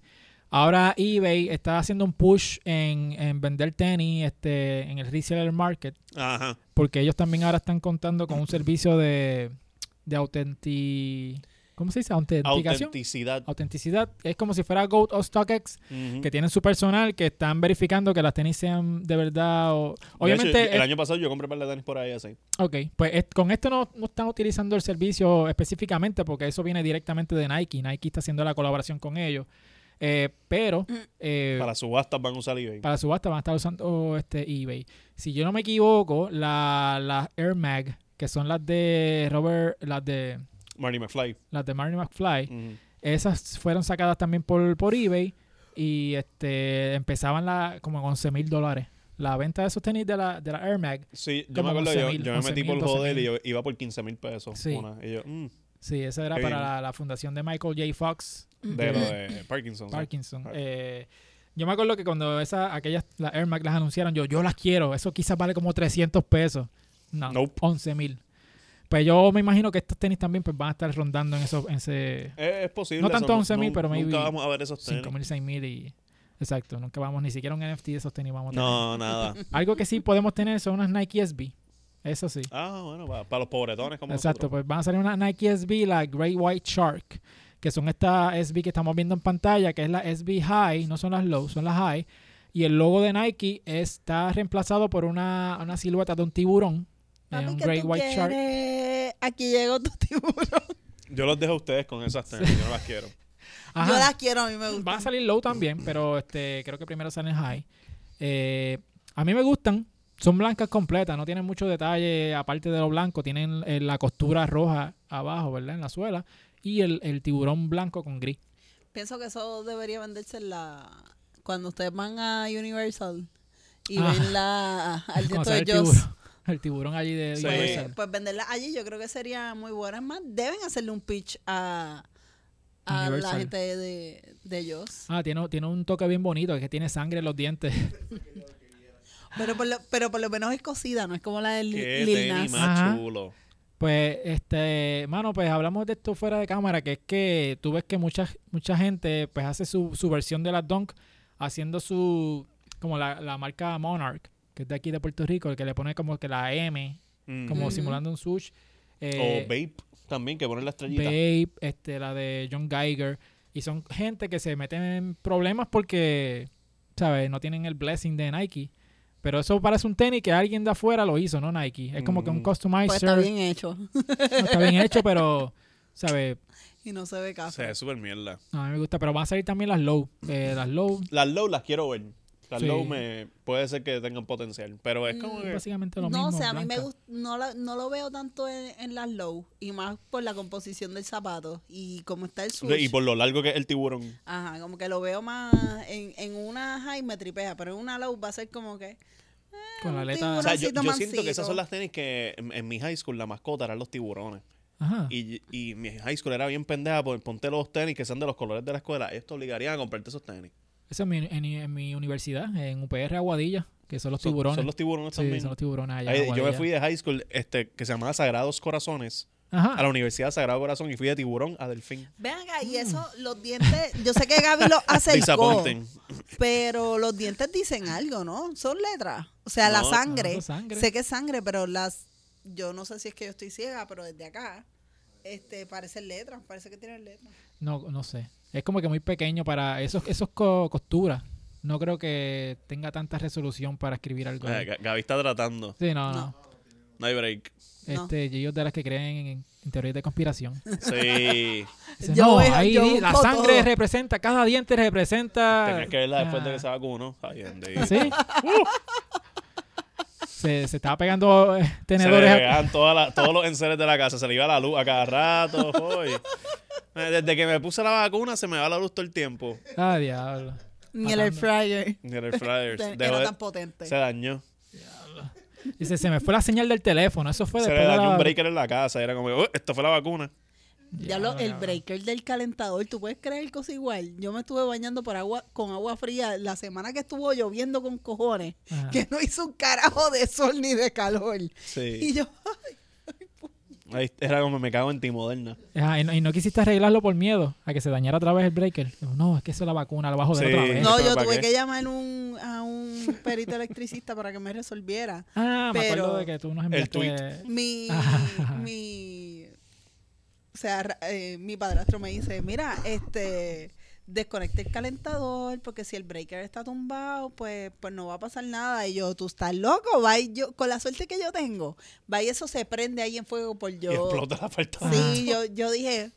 A: Ahora eBay está haciendo un push en, en vender tenis este, en el reseller market
B: Ajá.
A: porque ellos también ahora están contando con un servicio de, de autenti... ¿Cómo se dice? Autenticación.
B: Autenticidad.
A: Autenticidad. Es como si fuera Goat o StockX,
B: Ujú.
A: que tienen su personal, que están verificando que las tenis sean de verdad o...
B: De hecho,
A: Obviamente...
B: el
A: es-
B: año pasado yo compré un par de tenis por ahí así.
A: Ok, pues es- con esto no, no están utilizando el servicio específicamente porque eso viene directamente de Nike. Nike está haciendo la colaboración con ellos. Eh, pero eh,
B: Para subastas van a usar eBay.
A: para subasta van a estar usando este eBay. Si yo no me equivoco, la- las Air Mag, que son las de Robert, las de
B: Marty McFly.
A: las de Marty McFly,
B: Ujú.
A: esas fueron sacadas también por, por eBay y este empezaban la, como en 11 mil dólares. La venta de esos tenis de la, de la Air Mag
B: Sí, yo
A: Como
B: me acuerdo, yo,
A: 11.000,
B: yo me metí por
A: 11.000,
B: joder y yo iba por 15 mil pesos.
A: Sí.
B: Una. Y yo, mm,
A: Sí, esa era
B: Qué
A: para
B: bien.
A: la, la fundación de Michael J. Fox
B: de lo de Parkinson. sí.
A: Parkinson.
B: Claro.
A: Eh, yo me acuerdo que cuando esa, aquellas, las Air Max las anunciaron, yo, yo las quiero. Eso quizás vale como 300 pesos. No,
B: Nope.
A: 11 mil. Pues yo me imagino que estos tenis también pues, van a estar rondando en, esos, en ese
B: Eh, es posible.
A: No
B: eso,
A: tanto 11.000, pero maybe
B: Nunca vamos a ver esos tenis.
A: 5 mil, 6 mil y... Exacto, nunca vamos, ni siquiera un NFT de esos tenis vamos a tener.
B: No, nada.
A: Algo que sí podemos tener son unas Nike SB. Eso sí.
B: Ah, bueno, para, los pobretones como
A: Exacto,
B: nosotros.
A: pues van a salir una Nike SB, la Great White Shark, que son estas SB que estamos viendo en pantalla, que es la SB High, no son las low, son las high. Y el logo de Nike está reemplazado por una, una silueta de un tiburón, eh,
C: Papi,
A: un
C: ¿qué
A: Great
C: tú
A: White Shark.
C: quieres? Aquí llegó tu *laughs* tiburón.
B: Yo los dejo a ustedes con esas tenis, yo no las quiero.
A: Ajá.
C: Yo las quiero, a mí me
A: Va a
C: gustan.
A: salir low también, pero este creo que primero salen high. Eh, a mí me gustan. Son blancas completas, no tienen mucho detalle aparte de lo blanco. Tienen eh, la costura roja abajo, ¿verdad? En la suela. Y el, el tiburón blanco con gris.
C: Pienso que eso debería venderse en la... Cuando ustedes van a Universal y
A: Ah.
C: ven la...
A: *laughs*
C: Al
A: Cuando
C: de
A: sale
C: estos
A: el
C: Jaws,
A: tiburón, el tiburón allí de
B: Sí.
C: Pues,
A: Universal.
C: pues venderla allí yo creo que sería muy buena. Es más, deben hacerle un pitch a, a la
A: Universal.
C: gente de, de ellos.
A: Ah, tiene, tiene un toque bien bonito, que tiene sangre en los dientes. *laughs*
C: Pero por, lo, pero por lo menos es cocida, no es como la de
B: Qué
C: Li- Lil
B: tenis
C: Nas.
B: más
A: Ajá.
B: chulo.
A: Pues, este, mano, pues hablamos de esto fuera de cámara, que es que tú ves que mucha, mucha gente pues hace su, su versión de la Dunk haciendo su, como la, la marca Monarch, que es de aquí de Puerto Rico, el que le pone como que la M,
B: Mm.
A: como
C: Ujú.
A: simulando un sush.
B: O
A: Eh,
B: Vape también, que ponen la estrellita.
A: Babe, este, la de John Geiger. Y son gente que se meten en problemas porque, ¿sabes? No tienen el blessing de Nike. Pero eso parece un tenis que alguien de afuera lo hizo, ¿no? Nike. Es como que un
B: Mm.
A: customizer.
C: Pues está bien hecho *laughs*
A: no está bien hecho, pero, ¿sabes?
C: y no se ve
A: Ah,
B: O
C: café.
B: sea, es súper mierda.
A: No, a mí me gusta. Pero van a salir también las low. Eh, las low,
B: Las low las quiero ver. Las
A: Sí. Mm, pues
B: low me, puede ser que tengan potencial, pero es como que...
A: básicamente lo mismo.
C: No sé, a mí me
A: blanca.
C: gust- no, la- no lo veo tanto en, en las low y más por la composición del zapato y cómo está el sushi.
B: Y por lo largo que es el tiburón.
C: Ajá, como que lo veo más en, en una high me tripea, pero en una low va a ser como que
A: Con la
C: un
A: aleta.
B: O sea, yo,
C: Mancito,
B: yo siento que
C: mancito.
B: esas son las tenis que en, en mi high school la mascota eran los tiburones.
A: Ajá.
B: Y, y mi high school era bien pendeja por ponte los tenis que sean de los colores de la escuela. Ellos te obligarían a comprarte esos tenis.
A: Eso en mi, en, en mi universidad, en UPR Aguadilla, que son los
B: Son-
A: tiburones.
B: Son los tiburones
A: Sí,
B: también.
A: son los tiburones allá.
B: Ahí- yo me
A: Aguadilla.
B: fui de high school este, que se llamaba Sagrados Corazones
A: Ajá.
B: a la Universidad Sagrado Corazón y fui de tiburón a delfín.
C: Ven acá,
A: Mm.
C: y eso, los dientes, yo sé que Gaby
B: *laughs*
C: los acercó,
B: Disaponten.
C: pero los dientes dicen algo, ¿no? Son letras. O sea, la
B: No,
C: sangre,
A: no, sangre.
C: sé que es sangre, pero las, yo no sé si es que yo estoy ciega, pero desde acá, este, parecen letras, parece que tienen letras.
A: No, no sé. Es como que muy pequeño para esos, esos co- costuras. No creo que tenga tanta resolución para escribir algo. ahí.
B: Eh, Gaby está tratando.
A: Sí, no, no.
C: No.
B: No
A: *laughs*
B: hay break.
C: No.
A: Este, yo soy de las que creen en, en teorías de conspiración.
C: *laughs*
B: Sí.
A: Dicen,
C: Yo
A: no,
C: veo-
A: ahí
C: yo
A: di-
C: busco
A: la sangre
C: todo".
A: representa, cada diente representa.
B: Tenías que verla después de que se
A: Ah,
B: vacunó. Ay, Andy.
A: *laughs* ¿Sí? Uh. se, se estaba pegando eh,
B: Se le
A: tenedores. a-
B: pegaban todas las- todos los enseres de la casa. Se le iba la luz a cada rato. hoy. Desde que me puse la vacuna se me va la luz todo el tiempo.
A: Ah, diablo.
C: Ni el air fryer
B: Ni el air fryer. Dejó
C: era
B: de-
C: tan potente.
B: se dañó.
A: Dice, se me fue la señal del teléfono. Eso fue
B: Se le
A: Pues después de
B: dañó
A: la-
B: un breaker en la casa. Era como, "Oh, esto fue la vacuna.
C: Ya lo, el
A: Diablo.
C: breaker del calentador, ¿tú puedes creer cosa igual? Yo me estuve bañando por agua con agua fría la semana que estuvo lloviendo con cojones,
B: Ah.
A: Ajá.
C: que no hizo un carajo de sol ni de calor.
B: Sí.
C: Y yo,
B: *laughs* Ahí era como me cago en ti, moderna.
A: Ajá, y, no, y no quisiste arreglarlo por miedo a que se dañara otra vez el breaker. No, es que eso es la vacuna, lo bajo de
B: Sí.
A: otra vez.
B: Eh,
C: No,
B: ¿Pero
C: yo
B: para
C: tuve
B: qué?
C: que llamar un- a un perito electricista para que me resolviera.
A: Ah, me acuerdo
C: Pero-
A: de que tú nos enviaste.
B: tweet.
C: Mi,
A: Ajá.
C: mi, o sea, ra- eh, mi padrastro me dice, mira, este, desconecta el calentador porque si el breaker está tumbado, pues, pues no va a pasar nada. Y yo, tú estás loco, va y yo, con la suerte que yo tengo, va y eso se prende ahí en fuego por yo.
B: Y explota la falta.
A: Ah.
C: Sí, yo, yo dije,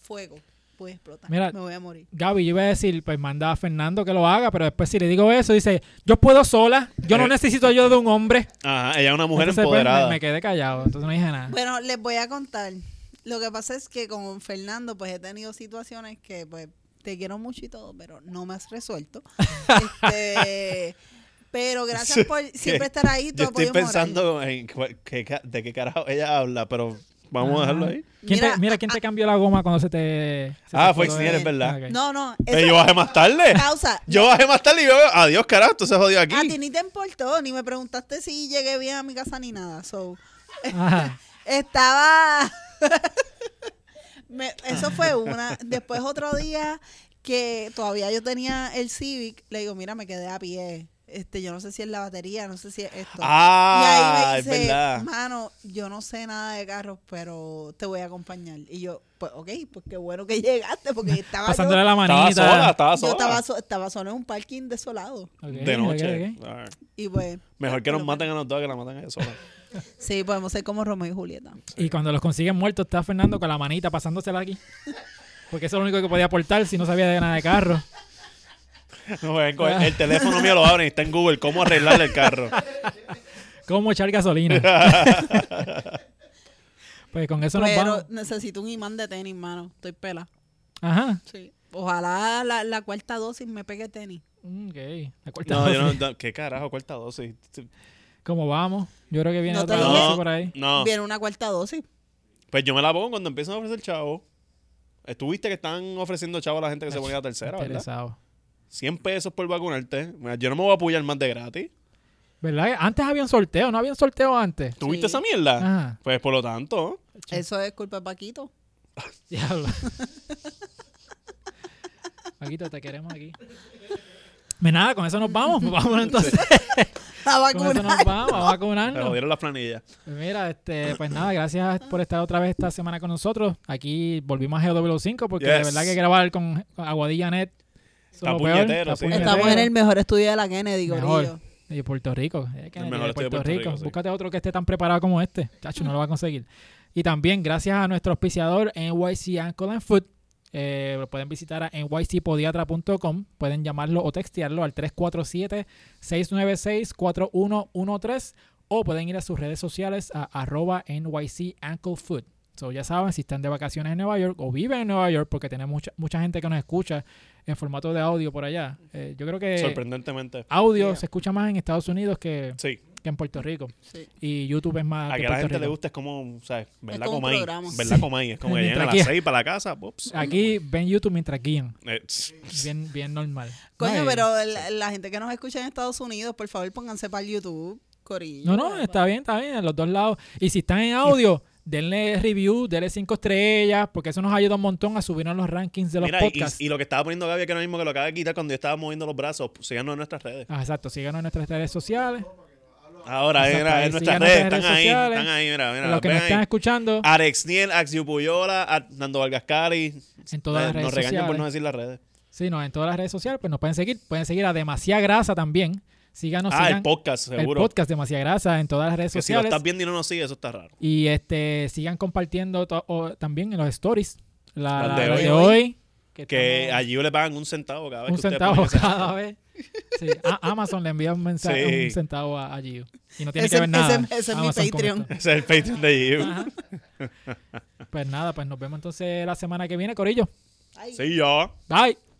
C: fuego, pues explota,
A: Mira,
C: me voy a morir.
A: Gaby, yo iba a decir, pues manda a Fernando que lo haga, pero después si le digo eso, dice, yo puedo sola, yo no
B: Eh.
A: necesito ayuda de un hombre.
B: Ajá, ella es una mujer
A: Entonces, pues, me-
B: empoderada.
A: me, quedé callado, entonces no dije nada.
C: Bueno, les voy a contar. Lo que pasa es que con Fernando, pues he tenido situaciones que, pues, te quiero mucho y todo, pero no me has
B: *laughs*
C: resuelto. Este, pero gracias por siempre estar ahí. tu
B: Yo estoy
C: apoyo moral.
B: pensando en cuál- qué ca- de qué carajo ella habla, pero vamos a dejarlo ahí.
A: ¿Quién
C: Mira,
A: te, mira quién te cambió la goma cuando se te... se
B: Ah,
A: te
B: fue
A: coló
B: Xeniel,
A: el-
B: es verdad.
A: Ah, ok.
C: No, no, eso
B: Pero Eh, yo bajé más
C: *laughs*
B: tarde.
C: causa.
B: Yo bajé más tarde y yo, adiós, carajo, tú se jodió aquí.
C: A ti ni te importó, ni me preguntaste si llegué bien a mi casa ni nada. So, *laughs*
A: Ajá.
C: Estaba. *laughs* Me- eso fue una. Después otro día que todavía yo tenía el Civic, le digo, mira, me quedé a pie. Este, yo no sé si es la batería, no sé si es esto.
B: Ah,
C: y ahí me
B: es
C: dice,
B: verdad.
C: mano, yo no sé nada de carros, pero te voy a acompañar. Y yo, pues, ok, pues qué bueno que *laughs* llegaste, porque estaba
A: Pasándole
C: yo,
A: la manita.
B: Estaba sola, estaba
C: yo
B: sola.
C: estaba, so- estaba solo en un parking desolado.
A: Ok,
B: de noche.
A: ok, ok.
B: Ah,
C: Y pues,
B: Mejor que
C: pero
B: nos maten a nosotros que la maten a
A: *laughs*
B: ella sola.
C: sí, podemos ser como Romeo y Julieta.
A: Y cuando los consiguen muertos, está Fernando con la manita pasándosela aquí. Porque eso es lo único que podía aportar si no sabía de nada de carro.
B: No, *laughs* ven, coge- el teléfono mío lo abren y está en Google. ¿Cómo arreglarle
A: *laughs*
B: el carro?
A: ¿Cómo echar
B: *laughs*
A: gasolina? pues con eso nos
C: Pero
A: vamos.
C: necesito un imán de tenis, mano. Estoy pela.
A: Ajá.
C: Sí. Ojalá la, la cuarta dosis me pegue tenis.
A: Mm, Ok. La cuarta
B: No, yo no,
A: dosis.
B: no, ¿Qué carajo? Cuarta dosis.
A: ¿Cómo vamos? Yo creo que viene
C: No te
A: otra
C: dije.
A: dosis por ahí.
B: No,
C: Viene una cuarta dosis.
B: pues yo me la pongo cuando empiezan a ofrecer chavo. Estuviste que están ofreciendo chavo a la gente que se pone la tercera, ¿verdad?
A: Interesado.
B: 100 pesos por vacunarte. Mira, Yo no me voy a apoyar más de gratis.
A: ¿Verdad? que Antes había un sorteo, no había un sorteo antes.
B: ¿Tuviste
C: Sí.
B: esa mierda?
A: Ajá.
B: Pues por lo tanto,
A: Sí.
C: Eso es culpa de Paquito.
A: Diablo. *laughs* Paquito, te queremos aquí. Me nada, con eso nos
C: *laughs*
A: vamos. Vamos entonces.
C: La
A: Con eso
C: vacuna.
A: nos vamos, a
B: me
A: vacunarnos.
B: jodieron las planillas.
A: Pues Mira, este, pues nada, gracias por estar otra vez esta semana con nosotros. Aquí volvimos a GW5 porque de
B: Yes.
A: verdad que grabar con, con Aguadilla Net eso es
B: Está
A: lo peor,
B: puñetero, sí.
C: *laughs* Estamos en el mejor estudio de la Kennedy,
A: Mejor.
C: gorillo.
A: Y Puerto Rico. eh, que
B: El
A: ni
B: mejor
A: de Puerto
B: estudio de Puerto
A: Rico.
B: Rico, sí.
A: Búscate otro que esté tan preparado como este. Chacho, no lo va a conseguir. Y también gracias a nuestro auspiciador NYC Ankle and Foot. Eh, lo pueden visitar a nycpodiatra.com. Pueden llamarlo o textearlo al 347-696-4113 o pueden ir a sus redes sociales a arroba NYC Ankle Foot. So, ya saben, si están de vacaciones en Nueva York o viven en Nueva York, porque tenemos mucha, mucha gente que nos escucha en formato de audio por allá. Eh, yo creo que
B: Sorprendentemente.
A: audio
C: Yeah.
A: se escucha más en Estados Unidos que,
B: Sí.
A: que en Puerto Rico.
C: Sí.
A: Y YouTube es más.
B: A
A: que
B: que a la
A: Ah, Puerto
B: gente le
A: Rico.
B: gusta es como, ¿sabes? Verla
C: Es como un
B: como ahí.
C: programa.
B: Verla como ahí. Es como que llegan a
A: *laughs*
B: las
A: Mientras
B: 6 para la casa. Ups.
A: Aquí ven YouTube mientras guían.
B: Eh, tss, tss.
A: Bien, bien normal.
C: pues. Coño,
A: No, eh,
C: pero la, la gente que nos escucha en Estados Unidos, por favor, pónganse para el YouTube,
A: No,
C: corillo.
A: no, está bien, está bien, en los dos lados. Y si están en audio, denle review, denle cinco estrellas, porque eso nos ayuda un montón a subirnos los rankings de los
B: Mira, y-
A: podcasts.
B: y, y lo que estaba poniendo Gaby, que ahora mismo que lo acaba de quitar cuando yo estaba moviendo los brazos, pues, síganos en nuestras redes.
A: Ah, exacto, síganos en nuestras redes sociales.
B: Ahora,
A: Exacto,
B: mira,
A: ahí,
B: en nuestras
A: síganos
B: redes,
A: en
B: están
A: redes
B: ahí,
A: sociales.
B: están ahí, mira, mira.
A: los que
B: ven
A: nos están
B: ahí. Ah,
A: escuchando,
B: Arex Niel, Axiu Puyola, a- Nando Vargas Cari.
A: En todas las
B: Eh,
A: redes
B: Nos regañan por
A: sociales.
B: no decir las redes.
A: sí, no, en todas las redes sociales, pues nos pueden seguir. Pueden seguir a Demasiada Grasa también. Síganos
B: ah,
A: sigan
B: el podcast,
A: el
B: seguro.
A: podcast Demasiada Grasa en todas las redes
B: que si lo
A: sociales.
B: estás viendo y no nos sigue, eso está raro.
A: Y este sigan compartiendo to- o también en los stories. La,
B: Las
A: la
B: de
A: de,
B: hoy.
A: hoy.
B: Que
A: estamos-
B: allí le pagan un centavo cada vez
A: Ah. un
B: que ustedes
A: centavo
B: ponen ese-
A: cada vez. Sí, a- Amazon le envía un mensaje,
B: Sí.
A: un centavo a, a Gio. Y no tiene
C: Ese-
A: que ver nada.
C: ese- ese es mi
A: Amazon con
C: Patreon.
A: esto.
B: *laughs* Ese es el Patreon de Giu.
A: Ah. Pues nada, pues nos vemos entonces la semana que viene, Corillo.
C: Ay.
B: Sí, yo.
A: Bye.